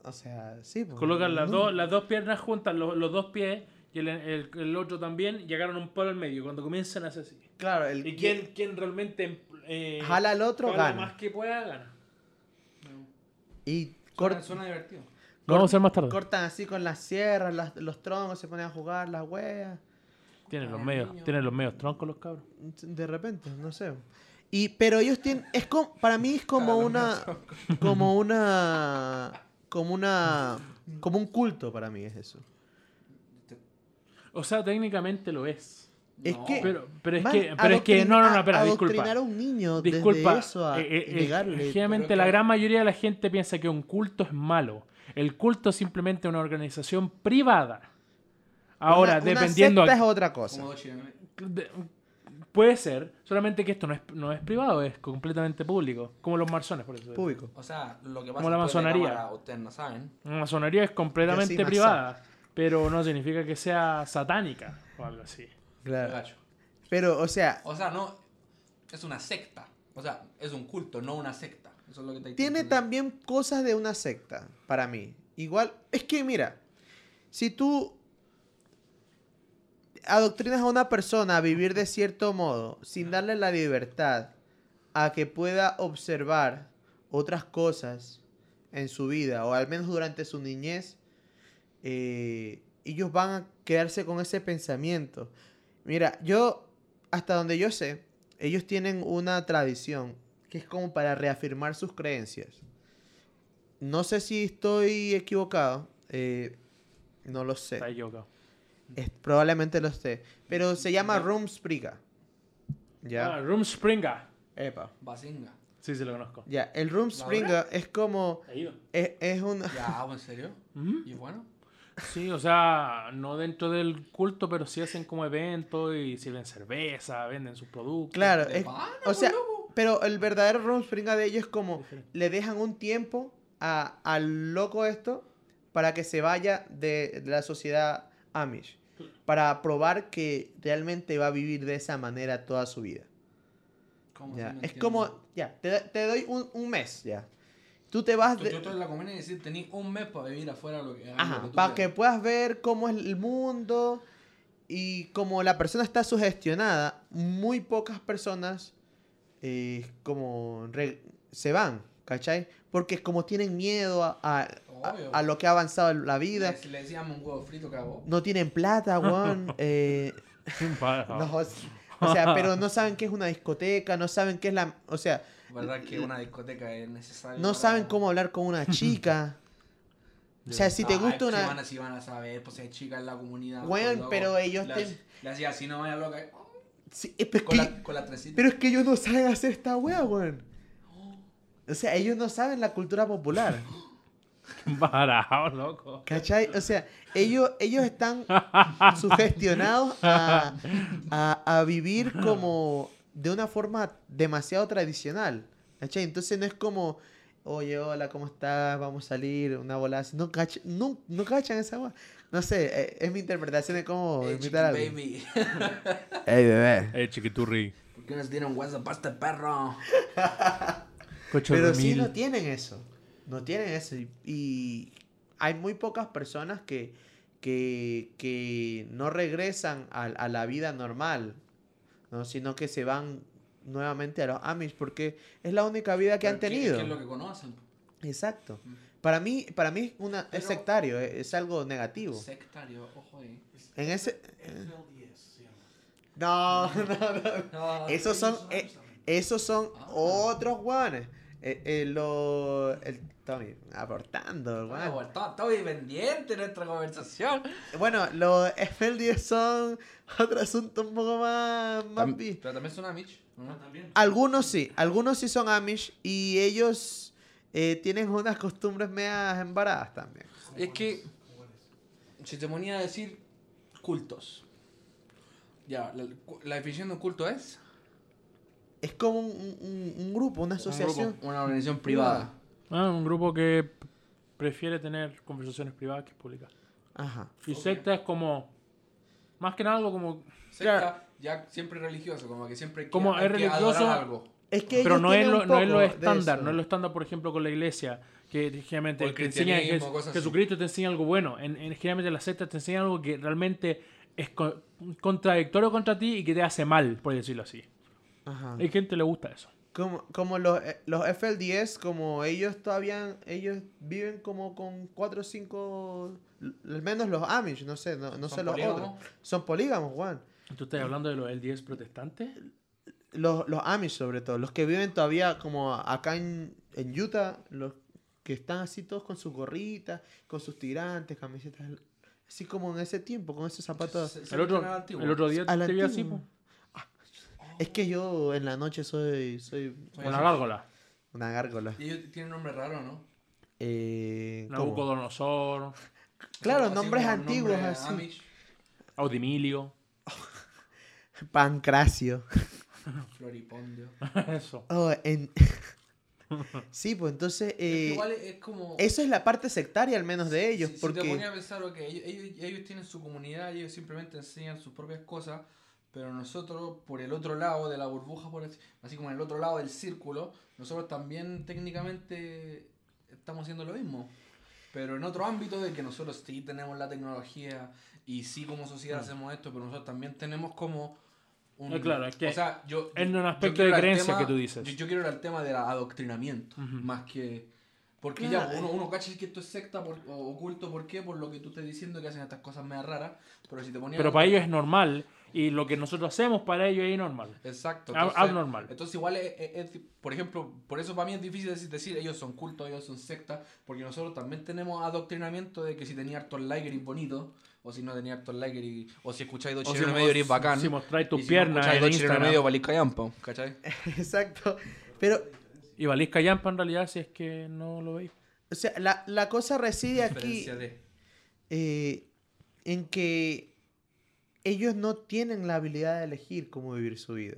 [SPEAKER 2] O sea, sí. pues,
[SPEAKER 1] Colocan las,
[SPEAKER 2] no.
[SPEAKER 1] dos, las dos piernas juntas, lo- los dos pies, y el, el- el otro también, y agarran un palo al medio. Cuando comienzan a hacer así.
[SPEAKER 2] Claro, el
[SPEAKER 1] Y
[SPEAKER 2] que
[SPEAKER 1] quien, quien realmente... eh,
[SPEAKER 2] jala al otro
[SPEAKER 1] jala
[SPEAKER 2] gana.
[SPEAKER 1] más que pueda, gana.
[SPEAKER 2] Y
[SPEAKER 3] Suena,
[SPEAKER 2] cor-
[SPEAKER 3] suena divertido.
[SPEAKER 1] Lo vamos a hacer más tarde.
[SPEAKER 2] cortan así con las sierras, las- los troncos, se ponen a jugar, las weas.
[SPEAKER 1] Tienen los
[SPEAKER 3] Ay,
[SPEAKER 1] medios,
[SPEAKER 3] niño.
[SPEAKER 1] tienen los medios troncos los cabros.
[SPEAKER 2] De repente, no sé. Y, pero ellos tienen. Es como, para mí es como
[SPEAKER 3] Jala los
[SPEAKER 2] una. Como una. Como una. Como un culto para mí es eso.
[SPEAKER 1] O sea, técnicamente lo es.
[SPEAKER 2] Es
[SPEAKER 3] No.
[SPEAKER 2] que-
[SPEAKER 1] Pero, pero es
[SPEAKER 2] Man,
[SPEAKER 1] que, pero es que, no, no, no,
[SPEAKER 2] adoctrina-
[SPEAKER 1] espera, disculpa.
[SPEAKER 2] Eh, Adoctrinar a un niño
[SPEAKER 1] Disculpa,
[SPEAKER 2] desde eso a
[SPEAKER 1] eh, eh, eh,
[SPEAKER 2] negarle-
[SPEAKER 1] generalmente
[SPEAKER 3] pero
[SPEAKER 1] la
[SPEAKER 3] que-
[SPEAKER 1] gran mayoría de la gente piensa que un culto es malo. El culto es simplemente una organización privada. Ahora,
[SPEAKER 2] Una- una
[SPEAKER 1] dependiendo...
[SPEAKER 2] secta
[SPEAKER 1] a-
[SPEAKER 2] es otra cosa.
[SPEAKER 3] Como dos chilenos.
[SPEAKER 1] de- puede ser, solamente que esto no es, no es privado, es completamente público. Como los masones, por eso.
[SPEAKER 2] Público.
[SPEAKER 3] O sea, lo que pasa
[SPEAKER 1] Como la
[SPEAKER 3] después de
[SPEAKER 1] masonería.
[SPEAKER 3] cámara, ustedes no saben.
[SPEAKER 1] La masonería es
[SPEAKER 2] Yo
[SPEAKER 1] completamente
[SPEAKER 2] soy masón.
[SPEAKER 1] privada, pero no significa que sea satánica o algo así.
[SPEAKER 2] Claro.
[SPEAKER 3] gacho.
[SPEAKER 2] Pero, o sea,
[SPEAKER 3] O sea, no. Es una secta. O sea, es un culto, no una secta. Eso es lo que te
[SPEAKER 2] tiene
[SPEAKER 3] también
[SPEAKER 2] también cosas de una secta para mí. Igual, es que mira, si tú adoctrinas a una persona a vivir de cierto modo, sin darle la libertad a que pueda observar otras cosas en su vida, o al menos durante su niñez, eh, ellos van a quedarse con ese pensamiento. Mira, yo, hasta donde yo sé, ellos tienen una tradición que es como para reafirmar sus creencias. No sé si estoy equivocado, eh, no lo sé.
[SPEAKER 1] Está equivocado.
[SPEAKER 2] Es- probablemente lo esté. Pero se llama
[SPEAKER 3] Ya.
[SPEAKER 2] Room Spriga.
[SPEAKER 1] Ah,
[SPEAKER 2] Ya.
[SPEAKER 1] Room Springer.
[SPEAKER 2] Epa.
[SPEAKER 3] Bazinga.
[SPEAKER 1] Sí, sí, lo conozco.
[SPEAKER 2] Ya, el Room
[SPEAKER 3] ¿La
[SPEAKER 2] Spriga es como. e,
[SPEAKER 1] Ahí va.
[SPEAKER 2] Es, es un.
[SPEAKER 3] Ya, ¿o ¿en serio?
[SPEAKER 1] Ujú.
[SPEAKER 3] ¿Y es bueno?
[SPEAKER 1] Sí, o sea, no dentro del culto, pero sí hacen como eventos y sirven cerveza, venden sus productos.
[SPEAKER 2] Claro,
[SPEAKER 3] De
[SPEAKER 2] es-
[SPEAKER 3] pana,
[SPEAKER 2] o
[SPEAKER 3] pues,
[SPEAKER 2] sea,
[SPEAKER 3] loco.
[SPEAKER 2] pero el verdadero Ron Springa de ellos es como
[SPEAKER 1] Diferente.
[SPEAKER 2] le dejan un tiempo a- al loco esto para que se vaya de, de la sociedad Amish, para probar que realmente va a vivir de esa manera toda su vida.
[SPEAKER 3] ¿Cómo
[SPEAKER 2] ya.
[SPEAKER 3] así? No
[SPEAKER 2] Es
[SPEAKER 3] entiendo.
[SPEAKER 2] como, ya, te, te doy un, un mes, ya. Tú te vas
[SPEAKER 3] Tú-
[SPEAKER 2] de-
[SPEAKER 3] Yo estoy en la comuna y decir, tenés un mes para vivir afuera lo que hagas lo
[SPEAKER 2] Ajá,
[SPEAKER 3] tú
[SPEAKER 2] para que
[SPEAKER 3] quieras".
[SPEAKER 2] puedas ver cómo es el mundo y como la persona está sugestionada, muy pocas personas eh, como re- se van, ¿cachai? Porque como tienen miedo a, a- a-
[SPEAKER 3] Obvio.
[SPEAKER 2] a lo que ha avanzado en la vida,
[SPEAKER 3] Le, le decíamos un huevo frito cagó.
[SPEAKER 2] no tienen plata, weón. eh, no, o s- o sea, pero no saben qué es una discoteca, no saben qué es la... O sea,
[SPEAKER 3] ¿Verdad que una discoteca es necesaria?
[SPEAKER 2] no saben cómo hablar con una chica. O sea, si te gusta
[SPEAKER 3] Si
[SPEAKER 2] una...
[SPEAKER 3] Ah, van, a, si van a saber, pues hay chicas en la comunidad. pues,
[SPEAKER 2] Weón,
[SPEAKER 3] loco.
[SPEAKER 2] pero ellos
[SPEAKER 3] le,
[SPEAKER 2] te-
[SPEAKER 3] hacía- Le hacía así, no vaya loca. eh,
[SPEAKER 2] Sí, eh, pues
[SPEAKER 3] Con
[SPEAKER 2] que-
[SPEAKER 3] la, con la trencita.
[SPEAKER 2] Pero es que ellos no saben hacer esta wea, weón. O sea, ellos no saben la cultura popular.
[SPEAKER 1] Parado, loco.
[SPEAKER 2] ¿Cachai? O sea, ellos, ellos están sugestionados a, a- a vivir como de una forma demasiado tradicional. ¿Cachai? Entonces no es como, oye, hola, ¿cómo estás? Vamos a salir, una bola así. No, cach- no, no cachan esa wea. No sé, eh, es mi interpretación de cómo
[SPEAKER 3] Hey,
[SPEAKER 2] invitar a
[SPEAKER 3] Eh, chicken
[SPEAKER 2] alguien.
[SPEAKER 3] baby.
[SPEAKER 2] Ey, bebé.
[SPEAKER 1] Eh, chiquiturri.
[SPEAKER 3] ¿Por qué nos dieron WhatsApp para este perro?
[SPEAKER 2] Pero sí
[SPEAKER 1] Cochorromil.
[SPEAKER 2] no tienen eso. No tienen eso. Y, y hay muy pocas personas que, que, que no regresan a, a la vida normal, ¿no? sino que se van nuevamente a los Amish porque es la única vida que han
[SPEAKER 3] Pero es
[SPEAKER 2] tenido.
[SPEAKER 3] Es que es lo que conocen.
[SPEAKER 2] Exacto.
[SPEAKER 3] Mm.
[SPEAKER 2] Para mí, para mí es, una, es
[SPEAKER 3] Pero-
[SPEAKER 2] sectario, eh, es, es algo negativo.
[SPEAKER 3] Sectario, ojo ahí.
[SPEAKER 2] En ese... eh, No, no, no.
[SPEAKER 3] No,
[SPEAKER 2] Esos son, eh, esos son
[SPEAKER 3] Ah.
[SPEAKER 2] otros guanes. Eh, eh, lo, el Tommy, aportando,
[SPEAKER 3] no,
[SPEAKER 2] guan.
[SPEAKER 3] Está está bien pendiente nuestra conversación.
[SPEAKER 2] Bueno, los FL10 son otro asunto un poco más... más
[SPEAKER 3] Tam-
[SPEAKER 2] bi-
[SPEAKER 3] Pero también suena Mitch. ¿no?
[SPEAKER 2] Algunos sí, algunos sí son Amish y ellos eh, tienen unas costumbres medias embaradas también.
[SPEAKER 3] Es que, si te ponía a decir cultos. Ya, la, la definición de un culto es
[SPEAKER 2] Es como un, un- un grupo, una asociación.
[SPEAKER 3] Un grupo, una organización privada.
[SPEAKER 1] Ah, un grupo que p- prefiere tener conversaciones privadas que públicas.
[SPEAKER 2] Ajá.
[SPEAKER 1] Y
[SPEAKER 3] Ok.
[SPEAKER 1] secta es como. Más que nada algo como.
[SPEAKER 3] Secta, ya siempre religioso, como que siempre hay que-
[SPEAKER 1] Como
[SPEAKER 3] hay
[SPEAKER 1] es
[SPEAKER 3] que
[SPEAKER 1] religioso,
[SPEAKER 3] adorar algo.
[SPEAKER 2] Es que
[SPEAKER 1] Pero
[SPEAKER 2] ellos
[SPEAKER 1] no es,
[SPEAKER 2] tienen
[SPEAKER 1] lo,
[SPEAKER 2] un
[SPEAKER 1] no es
[SPEAKER 2] poco
[SPEAKER 1] lo
[SPEAKER 2] de
[SPEAKER 1] estándar,
[SPEAKER 2] eso.
[SPEAKER 1] no es lo estándar, por ejemplo, con la iglesia. Que generalmente
[SPEAKER 3] O el
[SPEAKER 1] te enseña que
[SPEAKER 3] cristianismo,
[SPEAKER 1] Jes-
[SPEAKER 3] cosas así.
[SPEAKER 1] Jesucristo te enseña algo bueno. En, en- generalmente las sectas te enseñan algo que realmente es co- contradictorio contra ti y que te hace mal, por decirlo así.
[SPEAKER 2] Ajá.
[SPEAKER 1] Hay gente que le gusta eso.
[SPEAKER 2] Como, como los, eh, los FL10, como ellos todavía, ellos viven como con 4 o 5, al menos los Amish, no sé, no, no
[SPEAKER 3] ¿Son
[SPEAKER 2] sé los
[SPEAKER 3] polígamos?
[SPEAKER 2] otros. Son polígamos, Juan.
[SPEAKER 1] ¿Tú estás hablando de los L10 protestantes?
[SPEAKER 2] Los, los Amish sobre todo, los que viven todavía como acá en, en Utah, los que están así todos con sus gorritas, con sus tirantes, camisetas, así como en ese tiempo, con esos zapatos.
[SPEAKER 3] Se- se
[SPEAKER 1] El otro,
[SPEAKER 3] menciona al antiguo.
[SPEAKER 1] el otro día
[SPEAKER 2] A la
[SPEAKER 1] te vi así,
[SPEAKER 2] antigua.
[SPEAKER 1] po,
[SPEAKER 2] Es que yo en la noche soy, soy
[SPEAKER 3] Soy
[SPEAKER 1] con la gárgola.
[SPEAKER 2] una gárgola.
[SPEAKER 3] Y ellos tienen nombre raro, ¿no?
[SPEAKER 2] Eh, ¿cómo?
[SPEAKER 1] Nabucodonosor,
[SPEAKER 2] Claro,
[SPEAKER 3] Así
[SPEAKER 2] nombres
[SPEAKER 3] como nombre
[SPEAKER 2] antiguos así.
[SPEAKER 3] Amish,
[SPEAKER 1] Audimilio.
[SPEAKER 2] Pancracio.
[SPEAKER 3] floripondio.
[SPEAKER 1] Eso.
[SPEAKER 2] Oh, en- sí, pues entonces. eh,
[SPEAKER 3] Igual es es como...
[SPEAKER 2] Eso es la parte sectaria, al menos de ellos.
[SPEAKER 3] Si- si
[SPEAKER 2] porque.
[SPEAKER 3] te ponía a pensar, ok, ellos, ellos- ellos tienen su comunidad, ellos simplemente enseñan sus propias cosas, pero nosotros, por el otro lado de la burbuja, por así, así como en el otro lado del círculo, nosotros también técnicamente estamos haciendo lo mismo. Pero en otro ámbito de que nosotros sí tenemos la tecnología y sí como
[SPEAKER 1] Mm.
[SPEAKER 3] sociedad hacemos esto, pero nosotros también tenemos como... Un,
[SPEAKER 1] Eh, claro, es que
[SPEAKER 3] o sea, yo,
[SPEAKER 1] en un
[SPEAKER 3] yo- yo
[SPEAKER 1] aspecto
[SPEAKER 3] quiero
[SPEAKER 1] de
[SPEAKER 3] ir al
[SPEAKER 1] creencia que tú dices.
[SPEAKER 3] Yo, yo quiero ir al tema del adoctrinamiento, más que... Porque
[SPEAKER 2] Claro,
[SPEAKER 3] ya
[SPEAKER 2] eh.
[SPEAKER 3] uno, uno cacha que esto es secta por- o oculto, ¿por qué? Por lo que tú estás diciendo que hacen estas cosas medio raras, pero si te ponías...
[SPEAKER 1] Pero para ellos es normal. Y lo que nosotros hacemos para ellos es normal.
[SPEAKER 3] Exacto.
[SPEAKER 1] Ab- abnormal.
[SPEAKER 3] Entonces igual es, es- es- por ejemplo, por eso para mí es difícil decir, decir, ellos son cultos, ellos son sectas, porque nosotros también tenemos adoctrinamiento de que si tenía hartos likes eres bonito, o si no tenía hartos likes eres- o si escucháis dos chilenos medio eres bacán.
[SPEAKER 1] si mostráis
[SPEAKER 3] y
[SPEAKER 1] tus
[SPEAKER 3] si no
[SPEAKER 1] piernas
[SPEAKER 3] escucháis
[SPEAKER 1] en
[SPEAKER 3] dos chilenos
[SPEAKER 1] Instagram.
[SPEAKER 3] medio valís callampa, ¿cachai?
[SPEAKER 2] Exacto. Pero,
[SPEAKER 1] Y valís callampa en realidad si es que no lo veis.
[SPEAKER 2] o sea, la, la cosa reside aquí.
[SPEAKER 3] Diferencia de-
[SPEAKER 2] eh, en que ellos no tienen la habilidad de elegir cómo vivir su vida.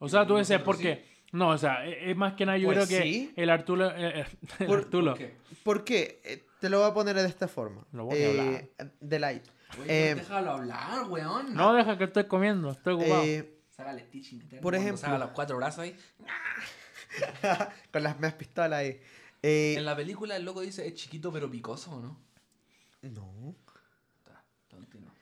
[SPEAKER 1] O sea, tú dices, ¿por qué? No, o sea, e- es más que nada, yo
[SPEAKER 2] Mm, Pues
[SPEAKER 1] creo que
[SPEAKER 2] sí.
[SPEAKER 1] el Arturo. eh, eh, el
[SPEAKER 2] Por-
[SPEAKER 1] Arturo.
[SPEAKER 3] ¿Por qué?
[SPEAKER 2] ¿Por qué? Eh, Te lo voy a poner de esta forma.
[SPEAKER 1] Lo voy a
[SPEAKER 2] Eh, de light.
[SPEAKER 3] Güey,
[SPEAKER 2] Eh,
[SPEAKER 3] déjalo hablar, weón.
[SPEAKER 1] No, deja que estoy comiendo, estoy ocupado.
[SPEAKER 2] Eh,
[SPEAKER 3] Sácale teaching interno.
[SPEAKER 2] Por
[SPEAKER 3] cuando
[SPEAKER 2] ejemplo.
[SPEAKER 3] Saca los cuatro brazos ahí.
[SPEAKER 2] con las más pistolas ahí. Eh,
[SPEAKER 3] En la película el loco dice, es chiquito pero picoso, ¿no?
[SPEAKER 2] No.
[SPEAKER 3] Está, tonto, no.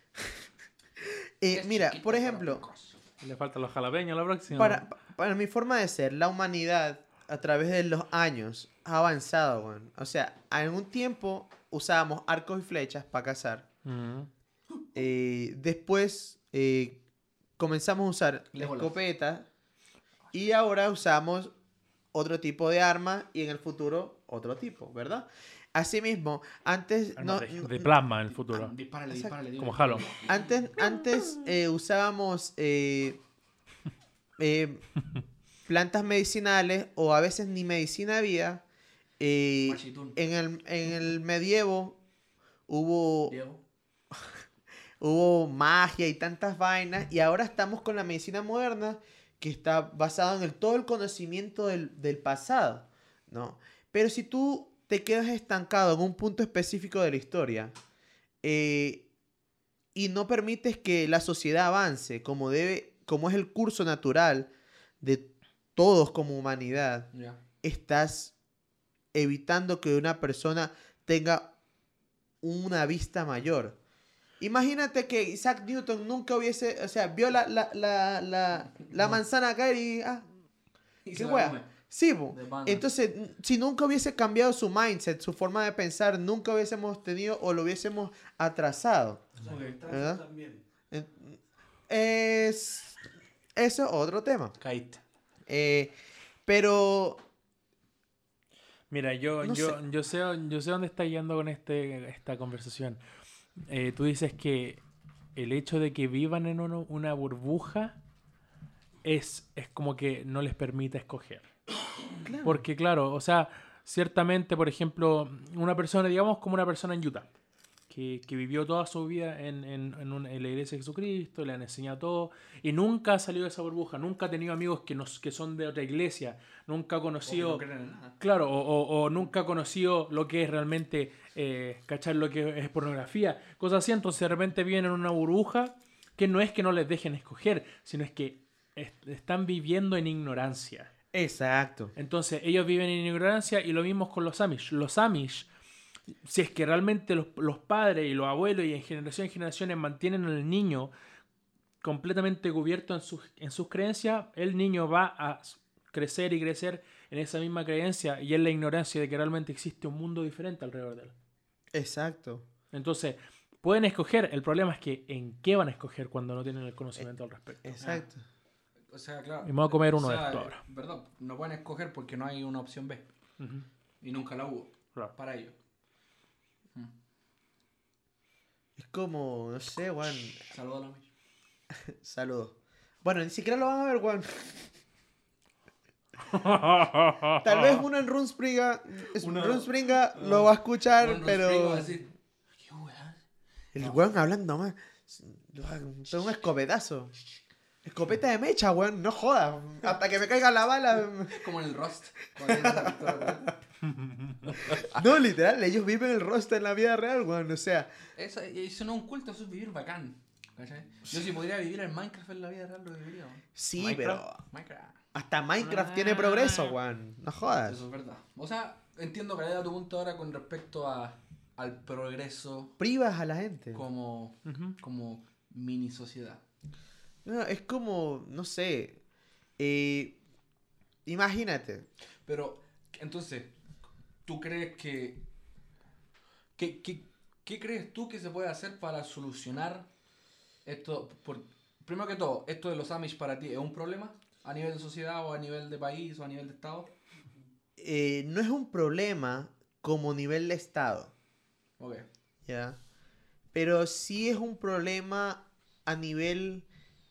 [SPEAKER 2] Eh,
[SPEAKER 3] Es
[SPEAKER 2] mira,
[SPEAKER 3] chiquito,
[SPEAKER 2] por
[SPEAKER 3] pero
[SPEAKER 2] ejemplo,
[SPEAKER 3] picoso.
[SPEAKER 1] Le faltan los jalapeños la próxima.
[SPEAKER 2] para, para mi forma de ser, la humanidad a través de los años ha avanzado, weón. O sea, en un tiempo usábamos arcos y flechas para cazar.
[SPEAKER 1] Mm.
[SPEAKER 2] Eh, después eh, comenzamos a usar
[SPEAKER 3] Legolas.
[SPEAKER 2] escopetas y ahora usamos otro tipo de arma y en el futuro otro tipo, ¿verdad? Asimismo, antes
[SPEAKER 1] Armas
[SPEAKER 2] no,
[SPEAKER 1] de,
[SPEAKER 2] no-
[SPEAKER 1] de plasma en el futuro.
[SPEAKER 3] Ah, Dispárale,
[SPEAKER 2] Exacto.
[SPEAKER 3] dispárale.
[SPEAKER 1] Como
[SPEAKER 3] dispárale.
[SPEAKER 1] Halo.
[SPEAKER 2] Antes, antes eh, usábamos eh, eh, plantas medicinales o a veces ni medicina había. eh,
[SPEAKER 3] Machitún.
[SPEAKER 2] en, el, en el medievo hubo,
[SPEAKER 3] Diego.
[SPEAKER 2] hubo magia y tantas vainas y ahora estamos con la medicina moderna que está basada en el- todo el conocimiento del, del pasado. ¿no? Pero si tú te quedas estancado en un punto específico de la historia, eh, y no permites que la sociedad avance como debe, como es el curso natural de todos como humanidad,
[SPEAKER 3] Ya.
[SPEAKER 2] estás evitando que una persona tenga una vista mayor. Imagínate que Isaac Newton nunca hubiese, o sea, vio la, la, la, la, la manzana caer y... ah,
[SPEAKER 3] Y
[SPEAKER 2] ¿Qué
[SPEAKER 3] se la
[SPEAKER 2] wea?
[SPEAKER 3] come.
[SPEAKER 2] Sí, bo.
[SPEAKER 3] De pana.
[SPEAKER 2] entonces, n- si nunca hubiese cambiado su mindset, su forma de pensar, nunca hubiésemos tenido o lo hubiésemos atrasado. ¿Verdad? Eh, Es, eso es otro tema.
[SPEAKER 3] Caíste.
[SPEAKER 2] Eh, pero
[SPEAKER 1] Mira, yo,
[SPEAKER 2] No
[SPEAKER 1] yo, yo, sé, yo sé dónde está yendo con este, esta conversación. Eh, tú dices que el hecho de que vivan en uno- una burbuja es, es como que no les permite escoger. Porque claro, o sea, ciertamente, por ejemplo, una persona, digamos como una persona en Utah, que, que vivió toda su vida en, en- en un- en la iglesia de Jesucristo, le han enseñado todo, y nunca ha salido de esa burbuja, nunca ha tenido amigos que, nos, que son de otra iglesia, nunca ha conocido...
[SPEAKER 3] No creen en nada.
[SPEAKER 1] Claro, o, o- o nunca ha conocido lo que es realmente, eh, cachar lo que es pornografía, cosas así, entonces de repente viven en una burbuja que no es que no les dejen escoger, sino es que est- están viviendo en ignorancia.
[SPEAKER 2] Exacto.
[SPEAKER 1] Entonces ellos viven en ignorancia y lo mismo es con los Amish. Los Amish, si es que realmente los, los padres y los abuelos y en generación en generaciones mantienen al niño completamente cubierto en sus, en sus creencias, el niño va a s- crecer y crecer en esa misma creencia y en la ignorancia de que realmente existe un mundo diferente alrededor de él.
[SPEAKER 2] Exacto.
[SPEAKER 1] Entonces, pueden escoger, el problema es que en qué van a escoger cuando no tienen el conocimiento al respecto.
[SPEAKER 2] Exacto.
[SPEAKER 3] O sea, claro.
[SPEAKER 1] Y me voy a comer uno
[SPEAKER 3] o
[SPEAKER 1] de
[SPEAKER 3] sea,
[SPEAKER 1] estos ahora.
[SPEAKER 3] Verdad, no pueden escoger porque no hay una opción B.
[SPEAKER 1] Ujú,
[SPEAKER 3] Y nunca la hubo
[SPEAKER 1] claro.
[SPEAKER 3] para ellos.
[SPEAKER 2] Es como, no sé, Juan.
[SPEAKER 3] Saludos a la Mish.
[SPEAKER 2] Saludos. Bueno, ni siquiera lo van a ver, Juan. Tal vez uno en Runspringa, es-
[SPEAKER 3] Uno-
[SPEAKER 2] Runspringa lo va a escuchar,
[SPEAKER 3] Bueno, nos explico, va
[SPEAKER 2] pero...
[SPEAKER 3] a decir, ¿Qué weá?
[SPEAKER 2] El Juan hablando más. Tengo un escopetazo. Escopeta de mecha, Juan. No jodas. Hasta que me caiga la bala.
[SPEAKER 3] Como en el Rust. cuando tiene la pistola.
[SPEAKER 2] No, literal, ellos viven el rostro en la vida real, weón. O sea,
[SPEAKER 3] eso, eso no es un culto, eso es vivir bacán. ¿cachai? Yo si pudiera vivir en Minecraft en la vida real lo viviría. weón.
[SPEAKER 2] sí,
[SPEAKER 1] Minecraft.
[SPEAKER 2] pero
[SPEAKER 3] Minecraft. Ah.
[SPEAKER 2] hasta Minecraft tiene progreso, weón. No jodas.
[SPEAKER 3] Eso es verdad. O sea, entiendo que tu punto ahora con respecto a, al progreso
[SPEAKER 2] Privas a la gente.
[SPEAKER 3] como,
[SPEAKER 1] Ujú.
[SPEAKER 3] como mini sociedad.
[SPEAKER 2] No, es como, no sé. eh, imagínate.
[SPEAKER 3] Pero, entonces, ¿tú crees que... ¿Qué, qué, qué crees tú que se puede hacer para solucionar esto? Por, primero que todo, ¿esto de los Amish para ti es un problema? ¿A nivel de sociedad o a nivel de país o a nivel de Estado?
[SPEAKER 2] eh, no es un problema como nivel de Estado,
[SPEAKER 3] Ok.
[SPEAKER 2] ¿ya? Pero sí es un problema a nivel...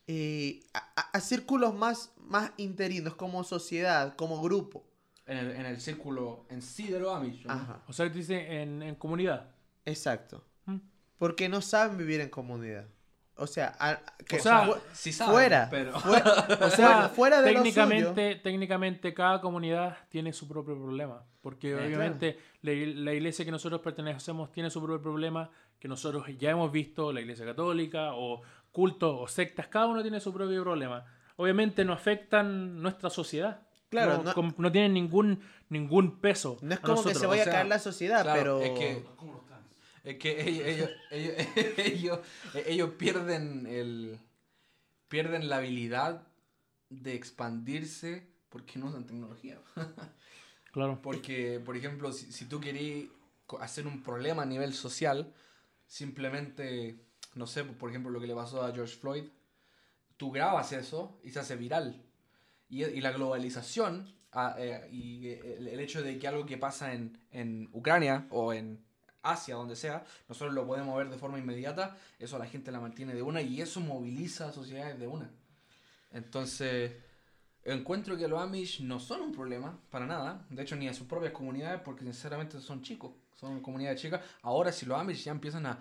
[SPEAKER 2] eh, a, a- a círculos más, más interinos, como sociedad, como grupo.
[SPEAKER 3] En el, en el círculo en sí de los Amish. ¿no?
[SPEAKER 2] Ajá,
[SPEAKER 1] O sea, dice en, en comunidad.
[SPEAKER 2] exacto.
[SPEAKER 1] Mm.
[SPEAKER 2] Porque no saben vivir en comunidad. O sea, a- que
[SPEAKER 1] O sea,
[SPEAKER 2] fu-
[SPEAKER 3] sí saben,
[SPEAKER 2] fuera,
[SPEAKER 3] pero-
[SPEAKER 2] fue- o
[SPEAKER 1] O
[SPEAKER 2] sea, fuera de lo suyo.
[SPEAKER 1] técnicamente, técnicamente cada comunidad tiene su propio problema, porque
[SPEAKER 2] Eh,
[SPEAKER 1] obviamente la, ig- la iglesia que nosotros pertenecemos tiene su propio problema que nosotros ya hemos visto, la iglesia católica o cultos o sectas, cada uno tiene su propio problema. Obviamente no afectan nuestra sociedad.
[SPEAKER 2] Claro,
[SPEAKER 1] no,
[SPEAKER 2] no-
[SPEAKER 1] com- no tienen ningún ningún peso.
[SPEAKER 2] No es
[SPEAKER 1] a
[SPEAKER 2] como que
[SPEAKER 1] nosotros.
[SPEAKER 2] se vaya
[SPEAKER 3] o sea,
[SPEAKER 2] a caer la sociedad,
[SPEAKER 3] Claro,
[SPEAKER 2] pero
[SPEAKER 3] Es que, es que ellos, ellos, ellos, ellos, ellos pierden el pierden la habilidad de expandirse porque no usan tecnología.
[SPEAKER 1] Claro.
[SPEAKER 3] Porque, por ejemplo, si, si tú querés co- hacer un problema a nivel social, simplemente, no sé, por ejemplo, lo que le pasó a George Floyd, tú grabas eso y se hace viral. Y, y la globalización ah, eh, y el, el hecho de que algo que pasa en, en Ucrania o en Asia, donde sea, nosotros lo podemos ver de forma inmediata, eso a la gente la mantiene de una y eso moviliza a sociedades de una. Entonces, encuentro que los Amish no son un problema para nada, de hecho ni a sus propias comunidades, porque sinceramente son chicos, son comunidades chicas. Ahora si los Amish ya empiezan a...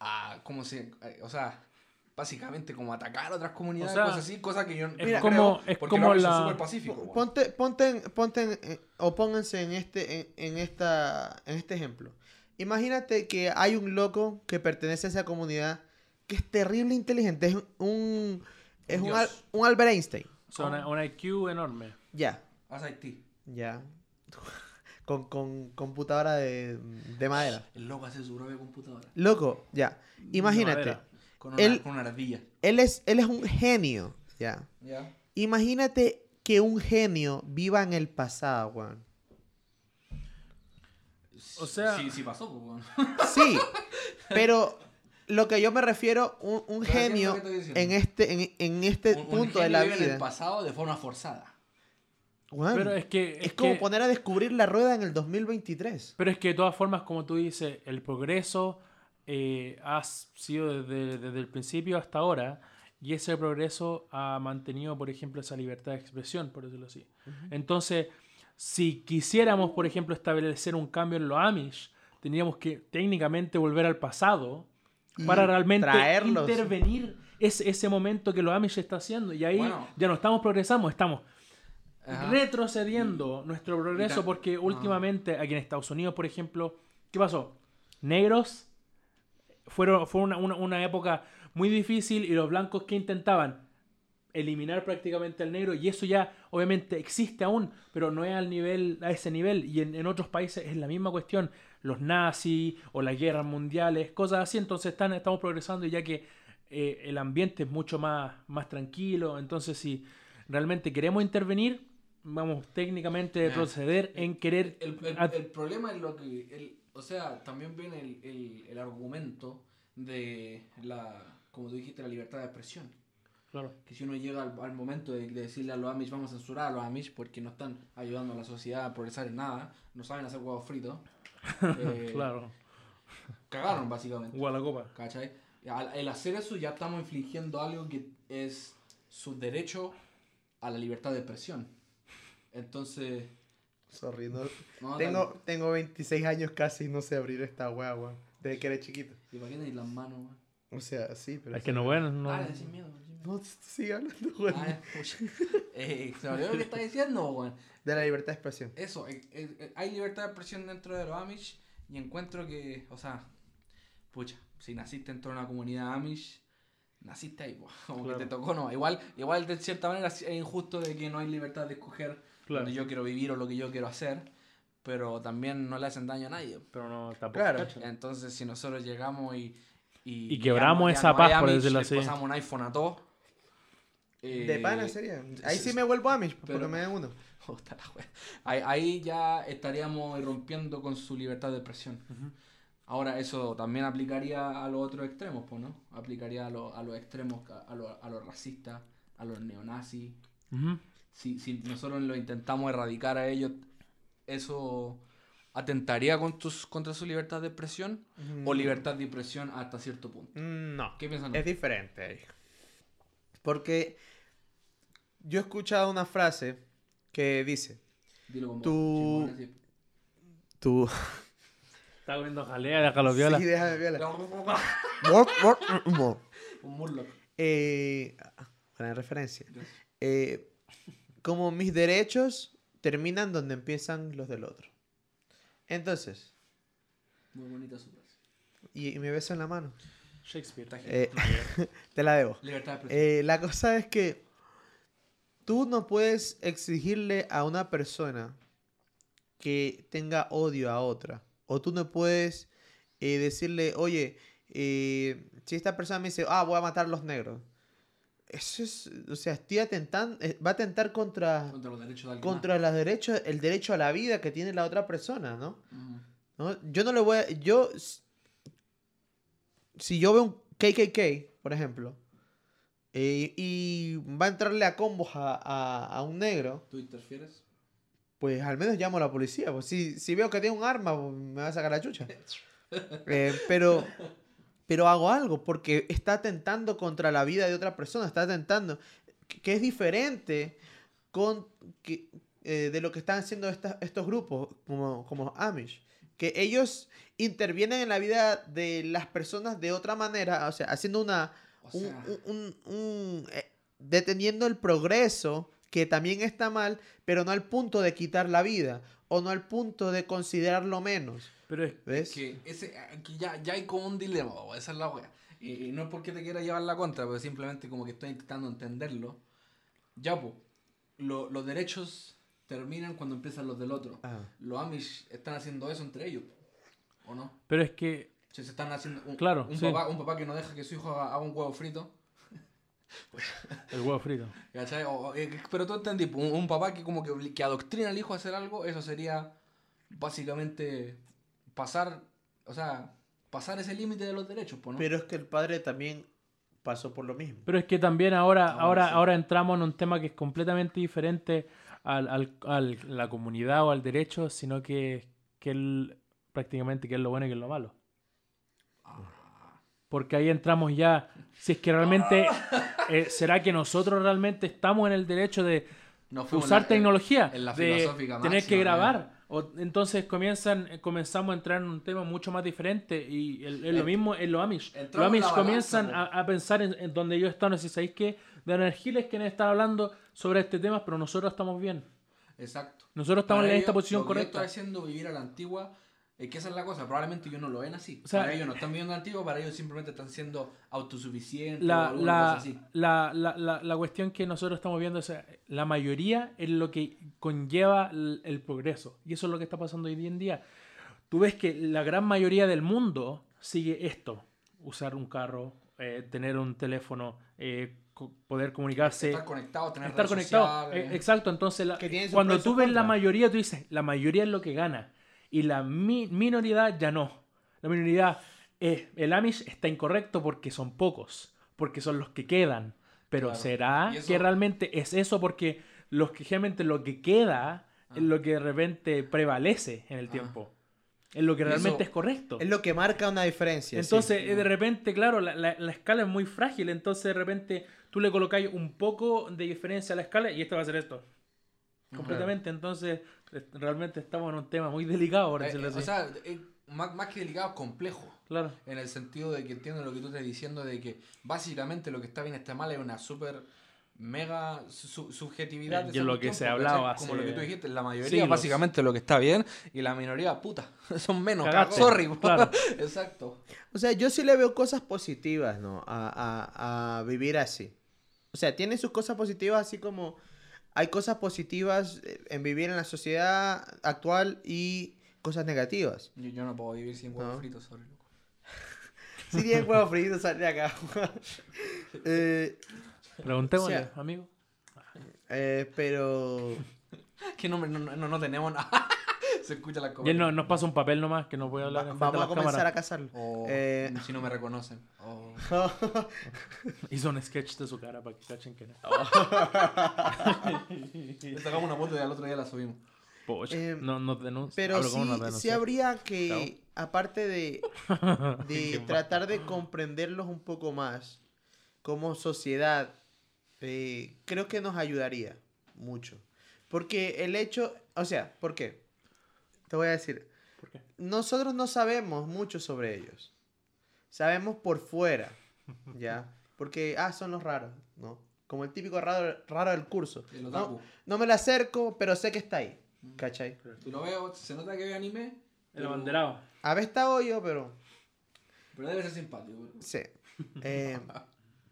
[SPEAKER 3] a ¿Cómo se...? a- o sea... Básicamente como atacar a otras comunidades,
[SPEAKER 1] sea,
[SPEAKER 3] cosas así, cosas que yo
[SPEAKER 1] es
[SPEAKER 3] no
[SPEAKER 1] como-
[SPEAKER 3] creo,
[SPEAKER 1] es
[SPEAKER 3] porque
[SPEAKER 1] como
[SPEAKER 3] los Amish son
[SPEAKER 1] la-
[SPEAKER 3] súper pacíficos,
[SPEAKER 2] po-
[SPEAKER 3] weón.
[SPEAKER 2] ponte, ponte, en- ponte en- en- o pónganse en este, en, en esta, en este ejemplo. Imagínate que hay un loco que pertenece a esa comunidad que es terrible inteligente, es un, es un,
[SPEAKER 3] Dios.
[SPEAKER 2] Al- un Albert Einstein.
[SPEAKER 1] O sea, una- un IQ enorme.
[SPEAKER 2] Ya,
[SPEAKER 3] Haz Haití.
[SPEAKER 2] ya. Con, con computadora de, de madera.
[SPEAKER 3] El loco hace su propia computadora.
[SPEAKER 2] Loco, ya. Imagínate.
[SPEAKER 1] madera.
[SPEAKER 3] Con una,
[SPEAKER 2] Él-
[SPEAKER 3] con una ardilla.
[SPEAKER 2] Él es, él es un genio, ya.
[SPEAKER 3] ¿Ya?
[SPEAKER 2] Imagínate que un genio viva en el pasado, weón.
[SPEAKER 1] O sea-
[SPEAKER 3] Sí, sí pasó, pues, weón.
[SPEAKER 2] Sí, pero lo que yo me refiero, un, un
[SPEAKER 3] Pero entiendo
[SPEAKER 2] genio
[SPEAKER 3] lo que estoy diciendo.
[SPEAKER 2] en este, en, en este
[SPEAKER 3] Un- un
[SPEAKER 2] punto de
[SPEAKER 3] genio
[SPEAKER 2] la
[SPEAKER 3] vive en el
[SPEAKER 2] vida.
[SPEAKER 3] pasado de forma forzada.
[SPEAKER 2] weón,
[SPEAKER 1] Pero es que
[SPEAKER 2] es
[SPEAKER 1] es
[SPEAKER 2] como
[SPEAKER 1] que-
[SPEAKER 2] poner a descubrir la rueda en el 2023.
[SPEAKER 1] Pero es que de todas formas, como tú dices, el progreso eh, ha sido desde, desde el principio hasta ahora y ese progreso ha mantenido, por ejemplo, esa libertad de expresión, por decirlo así. Entonces, si quisiéramos, por ejemplo, establecer un cambio en los Amish, tendríamos que técnicamente volver al pasado
[SPEAKER 2] Y
[SPEAKER 1] para realmente
[SPEAKER 2] traerlos.
[SPEAKER 1] intervenir ese, ese momento que los Amish está haciendo. Y ahí
[SPEAKER 3] Bueno.
[SPEAKER 1] ya no estamos progresamos, estamos
[SPEAKER 3] Ajá. Mm.
[SPEAKER 1] retrocediendo nuestro
[SPEAKER 3] Y
[SPEAKER 1] progreso
[SPEAKER 3] ta-
[SPEAKER 1] porque
[SPEAKER 3] ah.
[SPEAKER 1] últimamente aquí en Estados Unidos, por ejemplo, ¿qué pasó? Negros fueron, fue una, una- una época muy difícil y los blancos que intentaban eliminar prácticamente al negro y eso ya obviamente existe aún, pero no es al nivel, a ese nivel y en, en otros países es la misma cuestión, los nazis o las guerras mundiales, cosas así, entonces están, estamos progresando y ya que eh, el ambiente es mucho más, más tranquilo, entonces si realmente queremos intervenir, vamos técnicamente a
[SPEAKER 3] Ya.
[SPEAKER 1] proceder en querer...
[SPEAKER 3] El, el-
[SPEAKER 1] a-
[SPEAKER 3] el problema es lo que. el- o sea, también viene el, el- el argumento de la. Como tú dijiste, la libertad de expresión.
[SPEAKER 1] Claro.
[SPEAKER 3] Que si uno llega al, al momento de, de decirle a los Amish, vamos a censurar a los Amish porque no están ayudando a la sociedad a progresar en nada, no saben hacer huevos fritos. eh,
[SPEAKER 1] Claro,
[SPEAKER 3] Cagaron, básicamente.
[SPEAKER 1] igual la copa.
[SPEAKER 3] ¿Cachai? Al, al hacer eso ya estamos infligiendo algo que es su derecho a la libertad de expresión. Entonces...
[SPEAKER 2] Sorry, no-
[SPEAKER 3] no,
[SPEAKER 2] tengo, tengo 26 años casi y no sé abrir esta weá, weón. Desde que era chiquito.
[SPEAKER 3] dale. ¿Y para qué tenéis las manos, weón?
[SPEAKER 2] O sea, sí, pero.
[SPEAKER 1] Es que no, bueno, no...
[SPEAKER 3] Dale, sin miedo, sin miedo.
[SPEAKER 2] No, sigue hablando, weón.
[SPEAKER 3] Ah, pucha. Eh, se me olvidó lo que está diciendo, weón.
[SPEAKER 2] De la libertad de expresión.
[SPEAKER 3] Eso, eh, eh, eh, hay libertad de expresión dentro de los Amish y encuentro que, o sea, pucha, si naciste dentro de una comunidad Amish, naciste ahí, po, como
[SPEAKER 1] Claro.
[SPEAKER 3] que te tocó, no. Igual, igual de cierta manera es injusto de que no hay libertad de escoger
[SPEAKER 1] Claro.
[SPEAKER 3] donde yo quiero vivir o lo que yo quiero hacer, pero también no le hacen daño a nadie.
[SPEAKER 1] Pero no, tampoco.
[SPEAKER 2] Claro.
[SPEAKER 1] ¿cachai?
[SPEAKER 3] Entonces, si nosotros llegamos y. Y,
[SPEAKER 1] Y quebramos esa paz, por decirlo así.
[SPEAKER 3] Pasamos un iPhone a todos.
[SPEAKER 2] De pana
[SPEAKER 3] eh,
[SPEAKER 2] sería. Ahí
[SPEAKER 3] sí,
[SPEAKER 2] sí me vuelvo Amish,
[SPEAKER 3] pero-
[SPEAKER 2] porque me den uno.
[SPEAKER 3] Puta la wea. Ahí, ahí ya estaríamos irrumpiendo con su libertad de expresión. Ahora, eso también aplicaría a los otros extremos, pues, ¿no? Aplicaría a, los- a los extremos, a, a los, a los racistas, a los neonazis.
[SPEAKER 1] Ujú.
[SPEAKER 3] Si, si nosotros lo intentamos erradicar a ellos, ¿eso atentaría con tus, contra su libertad de expresión? ¿O libertad de expresión hasta cierto punto?
[SPEAKER 2] Mm, No.
[SPEAKER 3] ¿Qué piensan?
[SPEAKER 2] Mm. Es diferente ahí. Porque yo he escuchado una frase que dice,
[SPEAKER 3] Dilo como
[SPEAKER 2] tú-
[SPEAKER 3] chingón, así.
[SPEAKER 2] tu,
[SPEAKER 1] Está comiendo jalea, déjalo viola.
[SPEAKER 2] Sí, déjame viola.
[SPEAKER 3] Un
[SPEAKER 2] Mor, mor, mor.
[SPEAKER 3] Murloc.
[SPEAKER 2] Eh, buena referencia. Eh, como mis derechos terminan donde empiezan los del otro. Entonces,
[SPEAKER 3] Muy bonita su frase.
[SPEAKER 2] y, y me beso en la mano.
[SPEAKER 1] Shakespeare.
[SPEAKER 2] Eh, te la debo.
[SPEAKER 3] Libertad de expresión.
[SPEAKER 2] Eh, la cosa es que tú no puedes exigirle a una persona que tenga odio a otra. O tú no puedes eh, decirle, oye, eh, si esta persona me dice, ah, voy a matar a los negros. Eso es, o sea, estoy atentan- eh, va a atentar contra,
[SPEAKER 3] contra los derechos de alguien
[SPEAKER 2] contra los derechos, el derecho a la vida que tiene la otra persona, ¿no?
[SPEAKER 3] más. Ujú.
[SPEAKER 2] ¿no? Yo no le voy a... Yo... s- Si yo veo un KKK, por ejemplo, eh, y va a entrarle a combos a, a- a un negro,
[SPEAKER 3] ¿Tú interfieres?
[SPEAKER 2] pues al menos llamo a la policía. Pues si, si veo que tiene un arma, pues, me va a sacar la chucha. Eh, pero... Pero hago algo porque está atentando contra la vida de otra persona, está atentando, que que es diferente con, que, eh, de lo que están haciendo esta- estos grupos como, como Amish. Que ellos intervienen en la vida de las personas de otra manera, o sea, haciendo una...
[SPEAKER 3] O
[SPEAKER 2] un-
[SPEAKER 3] sea,
[SPEAKER 2] un- un- un, eh, deteniendo el progreso, que también está mal, pero no al punto de quitar la vida, o no al punto de considerarlo menos.
[SPEAKER 1] Pero es-
[SPEAKER 2] ¿Ves?
[SPEAKER 3] que ese, aquí ya, ya hay como un dilema, bo, esa es la wea. Y, y no es porque te quiera llevar la contra, pero simplemente como que estoy intentando entenderlo. Ya, pues, los derechos terminan cuando empiezan los del otro.
[SPEAKER 2] Ah.
[SPEAKER 3] Los Amish están haciendo eso entre ellos, ¿o no?
[SPEAKER 1] pero es que
[SPEAKER 3] Si se están haciendo un,
[SPEAKER 1] Claro,
[SPEAKER 3] un,
[SPEAKER 1] sí.
[SPEAKER 3] papá, un papá que no deja que su hijo haga, haga un huevo frito.
[SPEAKER 1] el huevo frito.
[SPEAKER 3] ¿cachai? O- o- eh, pero tú entendí, po, un, un papá que como que, obli- que adoctrina al hijo a hacer algo, eso sería básicamente pasar, o sea, pasar ese límite de los derechos, pues, ¿no?
[SPEAKER 2] Pero es que el padre también pasó por lo mismo.
[SPEAKER 1] Pero es que también ahora,
[SPEAKER 3] bueno,
[SPEAKER 1] ahora,
[SPEAKER 3] sí.
[SPEAKER 1] ahora entramos en un tema que es completamente diferente a al, al- al- la comunidad o al derecho, sino que, que el- prácticamente que es lo bueno y que es lo malo. Porque ahí entramos ya, si es que realmente, eh, ¿será que nosotros realmente estamos en el derecho de
[SPEAKER 3] Nos fuimos
[SPEAKER 1] usar
[SPEAKER 3] en la-
[SPEAKER 1] tecnología,
[SPEAKER 3] en la
[SPEAKER 1] de
[SPEAKER 3] filosófica
[SPEAKER 1] tener que
[SPEAKER 3] máxima,
[SPEAKER 1] grabar? O, entonces comienzan, eh, comenzamos a entrar en un tema mucho más diferente y el- es lo
[SPEAKER 3] Ent-
[SPEAKER 1] mismo en los Amish. Los
[SPEAKER 3] entramos en
[SPEAKER 1] Amish
[SPEAKER 3] la balanza,
[SPEAKER 1] comienzan
[SPEAKER 3] po.
[SPEAKER 1] a, a pensar en, en donde yo estaba, no sé si sabéis que de energiles quienes están hablando sobre este tema, pero nosotros estamos bien.
[SPEAKER 3] Exacto.
[SPEAKER 1] Nosotros estamos
[SPEAKER 3] Para
[SPEAKER 1] en
[SPEAKER 3] ellos,
[SPEAKER 1] esta posición
[SPEAKER 3] lo que yo
[SPEAKER 1] correcta.
[SPEAKER 3] estoy haciendo vivir a la antigua, es que esa es la cosa, probablemente ellos no lo ven así.
[SPEAKER 1] O sea,
[SPEAKER 3] para ellos no están viviendo la antigua, para ellos simplemente están siendo autosuficientes o
[SPEAKER 1] La,
[SPEAKER 3] alguna
[SPEAKER 1] la,
[SPEAKER 3] cosa así.
[SPEAKER 1] la, la, la- la cuestión que nosotros estamos viendo es eh, la mayoría es lo que conlleva el, el progreso. Y eso es lo que está pasando hoy en día. Tú ves que la gran mayoría del mundo sigue esto. Usar un carro, eh, tener un teléfono, eh, co- poder comunicarse.
[SPEAKER 3] Estar conectado, tener
[SPEAKER 1] eh, estar
[SPEAKER 3] redes
[SPEAKER 1] conectado.
[SPEAKER 3] sociales.
[SPEAKER 1] Eh, exacto, entonces la-
[SPEAKER 2] Que tiene sus
[SPEAKER 1] cuando
[SPEAKER 2] pros y
[SPEAKER 1] tú
[SPEAKER 2] sus
[SPEAKER 1] ves la
[SPEAKER 2] contras.
[SPEAKER 1] mayoría, tú dices, la mayoría es lo que gana. Y la mi- minoridad ya no. La minoridad, es el Amish está incorrecto porque son pocos, porque son los que quedan. Pero
[SPEAKER 3] Claro.
[SPEAKER 1] ¿será
[SPEAKER 3] Y eso-
[SPEAKER 1] que realmente es eso? Porque los que realmente lo que queda es lo que de repente prevalece en el
[SPEAKER 3] Ah.
[SPEAKER 1] tiempo. Es lo que
[SPEAKER 3] Y
[SPEAKER 1] realmente es
[SPEAKER 3] eso-
[SPEAKER 1] correcto.
[SPEAKER 2] Es lo que marca una diferencia. sí.
[SPEAKER 1] Entonces, eh, de repente, claro, la, la- la escala es muy frágil. Entonces, de repente, tú le colocáis un poco de diferencia a la escala y esto va a ser esto. Completamente. Entonces, eh, realmente estamos en un tema muy delicado, por
[SPEAKER 3] Eh,
[SPEAKER 1] decirlo
[SPEAKER 3] eh,
[SPEAKER 1] así.
[SPEAKER 3] o sea, eh, más, más que delicado, complejo.
[SPEAKER 1] claro.
[SPEAKER 3] En el sentido de que entiendo lo que tú estás diciendo, de que básicamente lo que está bien y está mal es una súper mega su- subjetividad.
[SPEAKER 1] Eh,
[SPEAKER 3] de
[SPEAKER 1] y
[SPEAKER 3] esa
[SPEAKER 1] lo que
[SPEAKER 3] cuestión,
[SPEAKER 1] se
[SPEAKER 3] porque,
[SPEAKER 1] hablaba
[SPEAKER 3] ¿cachai? Como
[SPEAKER 1] hace
[SPEAKER 3] lo que tú dijiste, la mayoría
[SPEAKER 1] siglos.
[SPEAKER 3] básicamente lo que está bien y la minoría, puta, son menos.
[SPEAKER 1] Cagaste.
[SPEAKER 3] Sorry, po.
[SPEAKER 1] Claro.
[SPEAKER 3] Exacto.
[SPEAKER 2] O sea, yo sí le veo cosas positivas, ¿no? A, a- a vivir así. O sea, tiene sus cosas positivas, así como hay cosas positivas eh, en vivir en la sociedad actual y cosas negativas.
[SPEAKER 3] Yo, yo no puedo vivir sin huevos
[SPEAKER 2] No.
[SPEAKER 3] fritos, sorry, loco.
[SPEAKER 2] Si bien huevo frito sale acá. Eh,
[SPEAKER 1] Preguntémosle,
[SPEAKER 2] o sea,
[SPEAKER 1] amigo.
[SPEAKER 2] eh, pero.
[SPEAKER 3] Que no, me- no, no, no tenemos nada. se escucha la
[SPEAKER 1] Y él no-
[SPEAKER 3] comida.
[SPEAKER 1] nos pasa un papel nomás que no puede hablar.
[SPEAKER 2] va-
[SPEAKER 1] en
[SPEAKER 2] vamos a comenzar a
[SPEAKER 1] cámara.
[SPEAKER 2] casarlo.
[SPEAKER 3] O
[SPEAKER 2] Eh,
[SPEAKER 3] si no me reconocen. O-
[SPEAKER 1] Hizo un sketch de su cara para que cachen que no.
[SPEAKER 3] Le sacamos una foto y al otro día la subimos.
[SPEAKER 1] Pocha,
[SPEAKER 2] Eh,
[SPEAKER 1] no nos denuncia.
[SPEAKER 2] Pero
[SPEAKER 1] Hablo
[SPEAKER 2] sí,
[SPEAKER 1] como nos
[SPEAKER 2] sí
[SPEAKER 1] denuncia.
[SPEAKER 2] habría que, aparte de, de tratar de comprenderlos un poco más como sociedad, eh, creo que nos ayudaría mucho. Porque el hecho, o sea, ¿por qué? Te voy a decir,
[SPEAKER 1] ¿Por qué?
[SPEAKER 2] Nosotros no sabemos mucho sobre ellos. Sabemos por fuera, ¿ya? Porque, ah, son los raros, ¿no? Como el típico raro, raro del curso.
[SPEAKER 3] El otaku. Mm.
[SPEAKER 2] No, no me la acerco, pero sé que está ahí, ¿cachai?
[SPEAKER 3] Tú lo veo, se nota que ve anime.
[SPEAKER 1] El
[SPEAKER 3] pero-
[SPEAKER 1] abanderado.
[SPEAKER 2] A veces está hoyo, pero...
[SPEAKER 3] Pero debe ser simpático. bro.
[SPEAKER 2] Sí. Eh,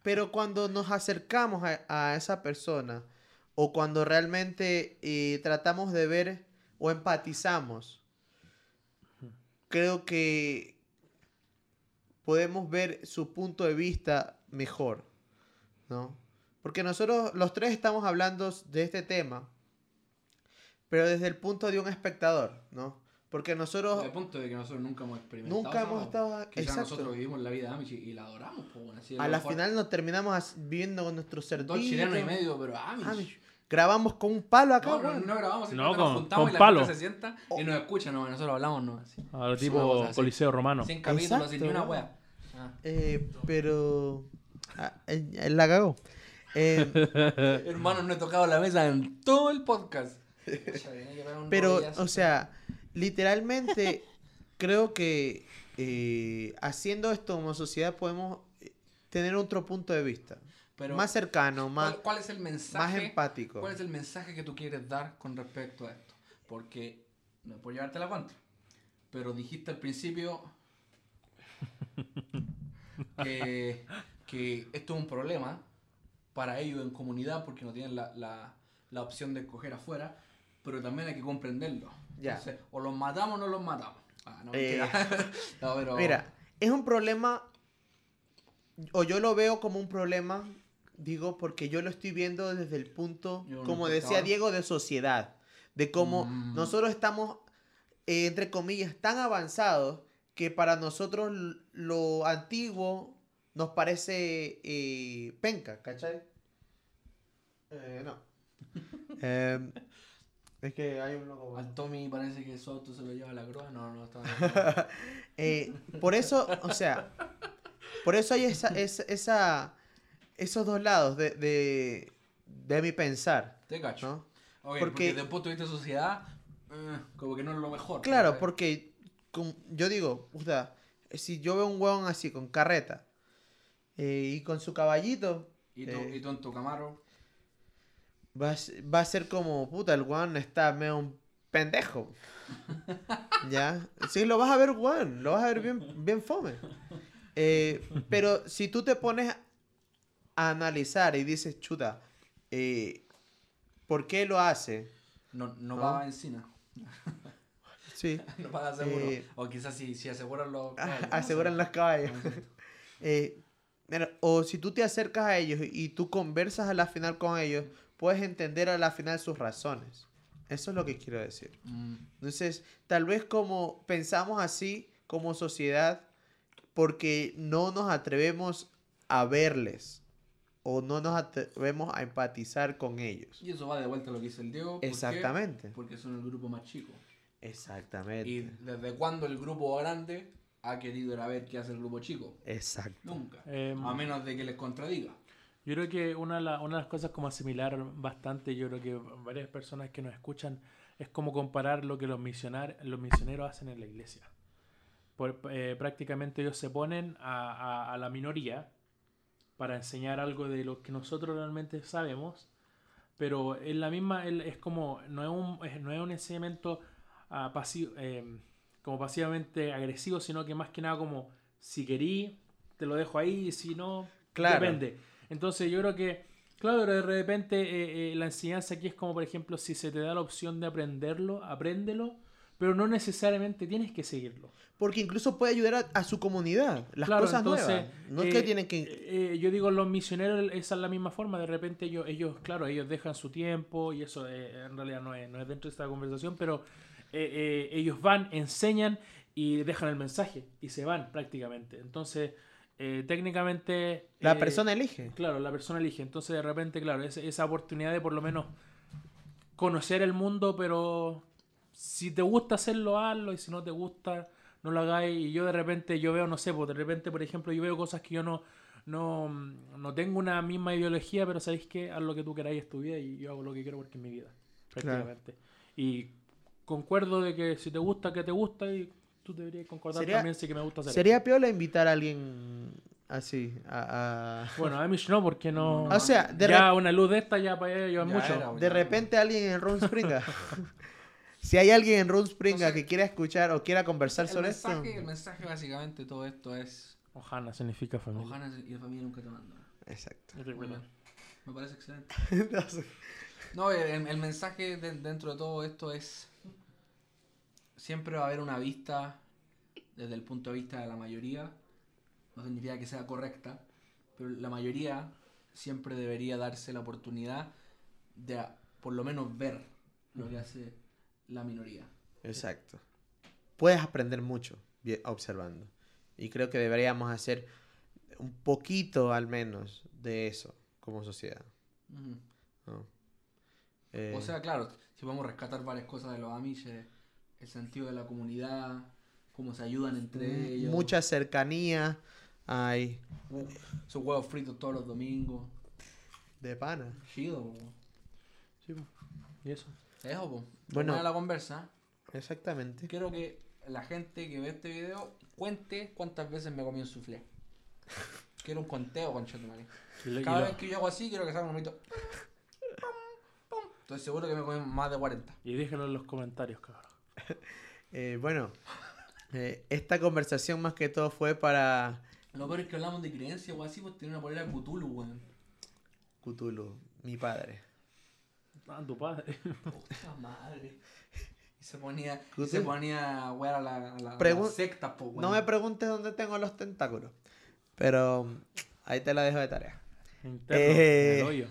[SPEAKER 2] pero cuando nos acercamos a, a esa persona o cuando realmente eh, tratamos de ver o empatizamos, creo que podemos ver su punto de vista mejor, ¿no? Porque nosotros los tres estamos hablando de este tema, pero desde el punto de un espectador, ¿no? Porque nosotros
[SPEAKER 3] Desde el punto de que nosotros nunca hemos experimentado.
[SPEAKER 2] nunca hemos estado...
[SPEAKER 3] Que ya
[SPEAKER 2] Exacto.
[SPEAKER 3] nosotros vivimos la vida de Amish y la adoramos. po, bueno, así es
[SPEAKER 2] A
[SPEAKER 3] lo
[SPEAKER 2] la
[SPEAKER 3] mejor.
[SPEAKER 2] final nos terminamos as- viendo con nuestro cerdito.
[SPEAKER 3] Dos chilenos y medio, pero Amish.
[SPEAKER 2] Ah, mi- Grabamos con un palo acá,
[SPEAKER 3] No, no,
[SPEAKER 2] weón.
[SPEAKER 3] no grabamos,
[SPEAKER 1] No, con-
[SPEAKER 3] simplemente nos juntamos
[SPEAKER 1] con
[SPEAKER 3] y la
[SPEAKER 1] palo.
[SPEAKER 3] gente se sienta y nos escucha, no, nosotros hablamos, no. Así.
[SPEAKER 1] A lo
[SPEAKER 3] Es una
[SPEAKER 1] tipo
[SPEAKER 3] cosa así.
[SPEAKER 1] Coliseo Romano.
[SPEAKER 3] Sin capítulos, sin
[SPEAKER 2] Exacto,
[SPEAKER 3] ni una
[SPEAKER 2] weón.
[SPEAKER 3] wea. Ah.
[SPEAKER 2] Eh, pero. ah, eh, eh, la cagó. Eh,
[SPEAKER 3] Hermano, no he tocado la mesa en todo el podcast. Pucha, tenía que pegar un
[SPEAKER 2] pero,
[SPEAKER 3] rodillazo.
[SPEAKER 2] o sea, literalmente, creo que eh, haciendo esto como sociedad podemos eh, tener otro punto de vista.
[SPEAKER 3] Pero,
[SPEAKER 2] más cercano, más,
[SPEAKER 3] ¿cuál, cuál es el mensaje?
[SPEAKER 2] más empático.
[SPEAKER 3] ¿Cuál es el mensaje que tú quieres dar con respecto a esto? Porque, no es por llevarte la contra, pero dijiste al principio que, que esto es un problema para ellos en comunidad porque no tienen la, la- la opción de escoger afuera, pero también hay que comprenderlo.
[SPEAKER 2] Ya.
[SPEAKER 3] Entonces, o los matamos o no los matamos. Ah, no,
[SPEAKER 2] Eh,
[SPEAKER 3] mentira. No, pero-
[SPEAKER 2] Mira, es un problema, o yo lo veo como un problema, digo, porque yo lo estoy viendo desde el punto,
[SPEAKER 3] Yo no
[SPEAKER 2] como
[SPEAKER 3] sé,
[SPEAKER 2] decía
[SPEAKER 3] cabrón.
[SPEAKER 2] Diego, de sociedad, de cómo
[SPEAKER 3] Mm.
[SPEAKER 2] nosotros estamos, eh, entre comillas, tan avanzados que para nosotros l- lo antiguo nos parece eh, penca, ¿cachai? Eh, no. Em, es que hay un loco.
[SPEAKER 3] Al Tommy parece que su auto se lo lleva a la grúa. No, no, está
[SPEAKER 2] Eh, por eso, o sea, por eso hay esa, esa, esa- esos dos lados de, de, de mi pensar,
[SPEAKER 3] Te cacho.
[SPEAKER 2] ¿no?
[SPEAKER 3] Ok, porque,
[SPEAKER 2] Porque-
[SPEAKER 3] después tuviste sociedad, eh, como que no es lo mejor.
[SPEAKER 2] Claro,
[SPEAKER 3] ¿cachai?
[SPEAKER 2] porque con- yo digo, puta, si yo veo un huevón así, con carreta, eh, y con su caballito,
[SPEAKER 3] Y tú,
[SPEAKER 2] eh.
[SPEAKER 3] y tú en tu camaro.
[SPEAKER 2] va a, ser- va a ser como, puta, el huevón está medio un pendejo. ¿Ya? Sí, lo vas a ver, huevón, lo vas a ver bien, bien fome. Eh, pero si tú te pones a analizar y dices, chuta, eh, ¿por qué lo hace?
[SPEAKER 3] No, no
[SPEAKER 2] ¿No?
[SPEAKER 3] paga encina.
[SPEAKER 2] Sí,
[SPEAKER 3] No paga seguro.
[SPEAKER 2] Eh.
[SPEAKER 3] O quizás si, si aseguran los.
[SPEAKER 2] a-
[SPEAKER 3] caballos, no
[SPEAKER 2] Ah, aseguran
[SPEAKER 3] sé.
[SPEAKER 2] los caballos.
[SPEAKER 3] No sé.
[SPEAKER 2] Eh, mira, o si tú te acercas a ellos y tú conversas a la final con ellos, puedes entender a la final sus razones. Eso es lo que quiero decir.
[SPEAKER 3] Mm,
[SPEAKER 2] Entonces, tal vez como pensamos así como sociedad, porque no nos atrevemos a verles o no nos atrevemos a empatizar con ellos.
[SPEAKER 3] Y eso va de vuelta a lo que dice el Diego. ¿por qué?
[SPEAKER 2] Exactamente.
[SPEAKER 3] Porque son el grupo más chico.
[SPEAKER 2] Exactamente.
[SPEAKER 3] ¿Y desde cuándo el grupo grande ha querido ir a ver qué hace el grupo chico?
[SPEAKER 2] Exacto.
[SPEAKER 3] Nunca.
[SPEAKER 1] Eh,
[SPEAKER 3] a menos de que les contradiga.
[SPEAKER 1] Yo creo que una, de la- una de las cosas como asimilar bastante, yo creo que varias personas que nos escuchan, es como comparar lo que los, misionar, los misioneros hacen en la iglesia. Por- eh, prácticamente ellos se ponen a, a- a la minoría para enseñar algo de lo que nosotros realmente sabemos, pero en la misma, el- es como, no es un, es- no es un enseñamiento ah, pasi- eh, como pasivamente agresivo, sino que más que nada como, si querí, te lo dejo ahí, y si no,
[SPEAKER 2] Claro.
[SPEAKER 1] depende. Entonces yo creo que, claro, de repente eh, eh, la enseñanza aquí es como, por ejemplo, si se te da la opción de aprenderlo, apréndelo, pero no necesariamente tienes que seguirlo.
[SPEAKER 2] Porque incluso puede ayudar a, a su comunidad. Las
[SPEAKER 1] Claro,
[SPEAKER 2] cosas
[SPEAKER 1] entonces,
[SPEAKER 2] nuevas. No es
[SPEAKER 1] eh,
[SPEAKER 2] que tienen que...
[SPEAKER 1] eh, eh, yo digo, los misioneros, esa es la misma forma. De repente ellos, ellos claro, ellos dejan su tiempo y eso eh, en realidad no es, no es dentro de esta conversación, pero eh, eh, ellos van, enseñan y dejan el mensaje y se van prácticamente. Entonces, eh, técnicamente...
[SPEAKER 2] La
[SPEAKER 1] eh,
[SPEAKER 2] persona elige.
[SPEAKER 1] Claro, la persona elige. Entonces, de repente, claro, ese- esa oportunidad de por lo menos conocer el mundo, pero si te gusta hacerlo, hazlo, y si no te gusta, no lo hagáis. Y yo de repente, yo veo, no sé, pues, de repente, por ejemplo, yo veo cosas que yo no, no, no tengo una misma ideología, pero sabéis que haz lo que tú queráis, es tu vida, y yo hago lo que quiero porque es mi vida, prácticamente. Y concuerdo de que si te gusta, que te gusta y tú deberías concordar
[SPEAKER 2] Sería-
[SPEAKER 1] también si que me gusta hacer.
[SPEAKER 2] Sería piola invitar a alguien así, a... a-
[SPEAKER 1] Bueno, a Amish no, porque no.
[SPEAKER 2] O sea, de,
[SPEAKER 1] ya
[SPEAKER 2] re-
[SPEAKER 1] una luz de esta ya para allá llevan
[SPEAKER 3] Ya
[SPEAKER 1] mucho.
[SPEAKER 3] era, güey.
[SPEAKER 2] de repente alguien en Room Springa. si hay alguien en Room Springa
[SPEAKER 3] Entonces-
[SPEAKER 2] que quiera escuchar o quiera conversar
[SPEAKER 3] el
[SPEAKER 2] sobre esto.
[SPEAKER 3] mensaje, el mensaje básicamente de todo esto es
[SPEAKER 1] Ojana significa familia.
[SPEAKER 3] Ojana y la familia nunca te abandonan.
[SPEAKER 2] Exacto.
[SPEAKER 1] Es
[SPEAKER 3] Muy
[SPEAKER 1] verdad.
[SPEAKER 3] bien. Me parece excelente. No, el, el- el mensaje de- dentro de todo esto es siempre va a haber una vista desde el punto de vista de la mayoría. No significa que sea correcta, pero la mayoría siempre debería darse la oportunidad de a- por lo menos ver lo que hace la minoría.
[SPEAKER 2] Exacto. Puedes aprender mucho vi- observando. Y creo que deberíamos hacer un poquito al menos de eso como sociedad.
[SPEAKER 3] Ujú.
[SPEAKER 2] ¿no? Eh,
[SPEAKER 3] O sea, claro, si vamos a rescatar varias cosas de los Amish, eh, el sentido de la comunidad, cómo se ayudan entre
[SPEAKER 2] m-
[SPEAKER 3] ellos.
[SPEAKER 2] mucha cercanía hay
[SPEAKER 3] Uh, Sus huevos fritos todos los domingos.
[SPEAKER 2] de pana.
[SPEAKER 3] Chido, po.
[SPEAKER 1] Sí, po. y eso.
[SPEAKER 3] Eso, po.
[SPEAKER 2] Bueno.
[SPEAKER 3] Bueno. la conversa.
[SPEAKER 2] Exactamente.
[SPEAKER 3] Quiero que la gente que ve este video cuente cuántas veces me comí un soufflé. Quiero un conteo, conchetumare.
[SPEAKER 1] Y lo- y
[SPEAKER 3] Cada
[SPEAKER 1] lo-
[SPEAKER 3] vez que yo hago así, quiero que salga un momento. Estoy seguro que me comí más de 40.
[SPEAKER 1] y déjenlo en los comentarios, cabrón.
[SPEAKER 2] Eh, bueno, eh, esta conversación más que todo fue para
[SPEAKER 3] Lo peor es que hablamos de creencias, weón. Así, pues tenía una polera de Cthulhu, weón.
[SPEAKER 2] Cthulhu, mi padre.
[SPEAKER 1] Ah, tu padre.
[SPEAKER 3] Puta madre. Y se ponía, y
[SPEAKER 2] Cthulhu.
[SPEAKER 3] se ponía, weón, a la, a la, a
[SPEAKER 2] Pregun-
[SPEAKER 3] la secta, po,
[SPEAKER 2] No me
[SPEAKER 3] weón.
[SPEAKER 2] preguntes dónde tengo los tentáculos, pero ahí te la dejo de tarea.
[SPEAKER 1] Interno,
[SPEAKER 2] Eh.
[SPEAKER 1] el hoyo.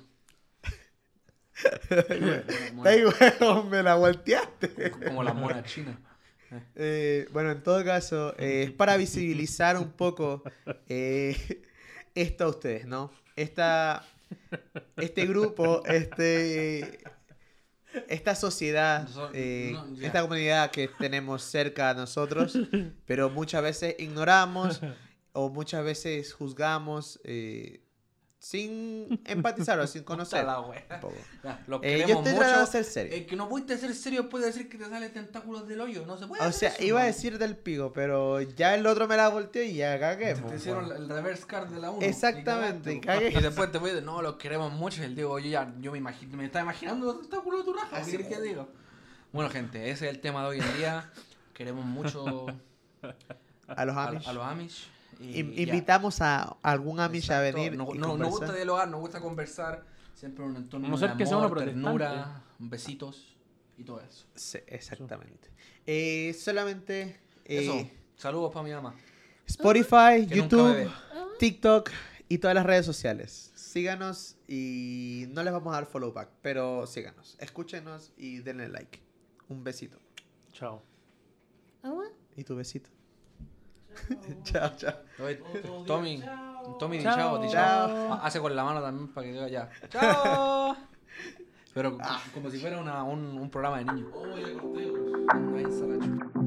[SPEAKER 3] Como-
[SPEAKER 2] Ey, weón, me la volteaste.
[SPEAKER 3] Como la mona china.
[SPEAKER 2] Eh, bueno, en todo caso, eh, es para visibilizar un poco eh, esto a ustedes, ¿no? Esta, este grupo, este, esta sociedad,
[SPEAKER 3] Nosotros-
[SPEAKER 2] eh,
[SPEAKER 3] no, ya.
[SPEAKER 2] esta comunidad que tenemos cerca a nosotros, pero muchas veces ignoramos o muchas veces juzgamos eh, sin empatizar o sin
[SPEAKER 3] Puta
[SPEAKER 2] conocer.
[SPEAKER 3] la wea.
[SPEAKER 2] un poco.
[SPEAKER 3] Ya, los
[SPEAKER 2] Eh, yo
[SPEAKER 3] queremos
[SPEAKER 2] estoy
[SPEAKER 3] mucho.
[SPEAKER 2] tratando de ser serio.
[SPEAKER 3] Eh, que no pudiste ser serio después de decir que te salen tentáculos del hoyo. No se puede.
[SPEAKER 2] O sea,
[SPEAKER 3] hacer eso,
[SPEAKER 2] iba a
[SPEAKER 3] hermano.
[SPEAKER 2] decir del pigo, pero ya el otro me la volteó y ya cagué.
[SPEAKER 3] Te
[SPEAKER 2] po,
[SPEAKER 3] hicieron
[SPEAKER 2] weón.
[SPEAKER 3] el reverse card de la 1.
[SPEAKER 2] Exactamente,
[SPEAKER 3] Y,
[SPEAKER 2] cagué.
[SPEAKER 3] cagaste, po. y después te voy a decir, no, los queremos mucho. Y el Diego, yo ya, yo me imagino, me estaba imaginando los tentáculos de tu raja. ¿qué quieres que diga? Bueno, gente, ese es el tema de hoy en día. Queremos mucho
[SPEAKER 2] A los
[SPEAKER 3] a,
[SPEAKER 2] Amish.
[SPEAKER 3] a los Amish. Y,
[SPEAKER 2] In-
[SPEAKER 3] ya.
[SPEAKER 2] invitamos a algún Amish a
[SPEAKER 3] Exacto.
[SPEAKER 2] venir. y
[SPEAKER 3] No- no- Nos
[SPEAKER 2] conversar.
[SPEAKER 3] gusta dialogar, nos gusta conversar. Siempre en un entorno
[SPEAKER 1] A no ser
[SPEAKER 3] de
[SPEAKER 1] que sea
[SPEAKER 3] amor,
[SPEAKER 1] uno protestante.
[SPEAKER 3] ternura, besitos y todo eso.
[SPEAKER 2] Sí, exactamente. Eh, solamente eh,
[SPEAKER 3] Eso, saludos para mi mamá.
[SPEAKER 2] Spotify,
[SPEAKER 3] Que nunca
[SPEAKER 2] YouTube,
[SPEAKER 3] bebe.
[SPEAKER 2] TikTok y todas las redes sociales. Síganos y no les vamos a dar follow back, pero síganos. Escúchenos y denle like. Un besito.
[SPEAKER 1] Chao.
[SPEAKER 2] Y tu besito. chao, chao.
[SPEAKER 3] Oye, Tommy, Tommy, di
[SPEAKER 1] Chao.
[SPEAKER 3] chao, di
[SPEAKER 2] Chao.
[SPEAKER 3] chao. Ha- Hace con la mano también para que diga ya. ¡Chao! Pero como si fuera una- un, un programa de niños. Oh, ya corté.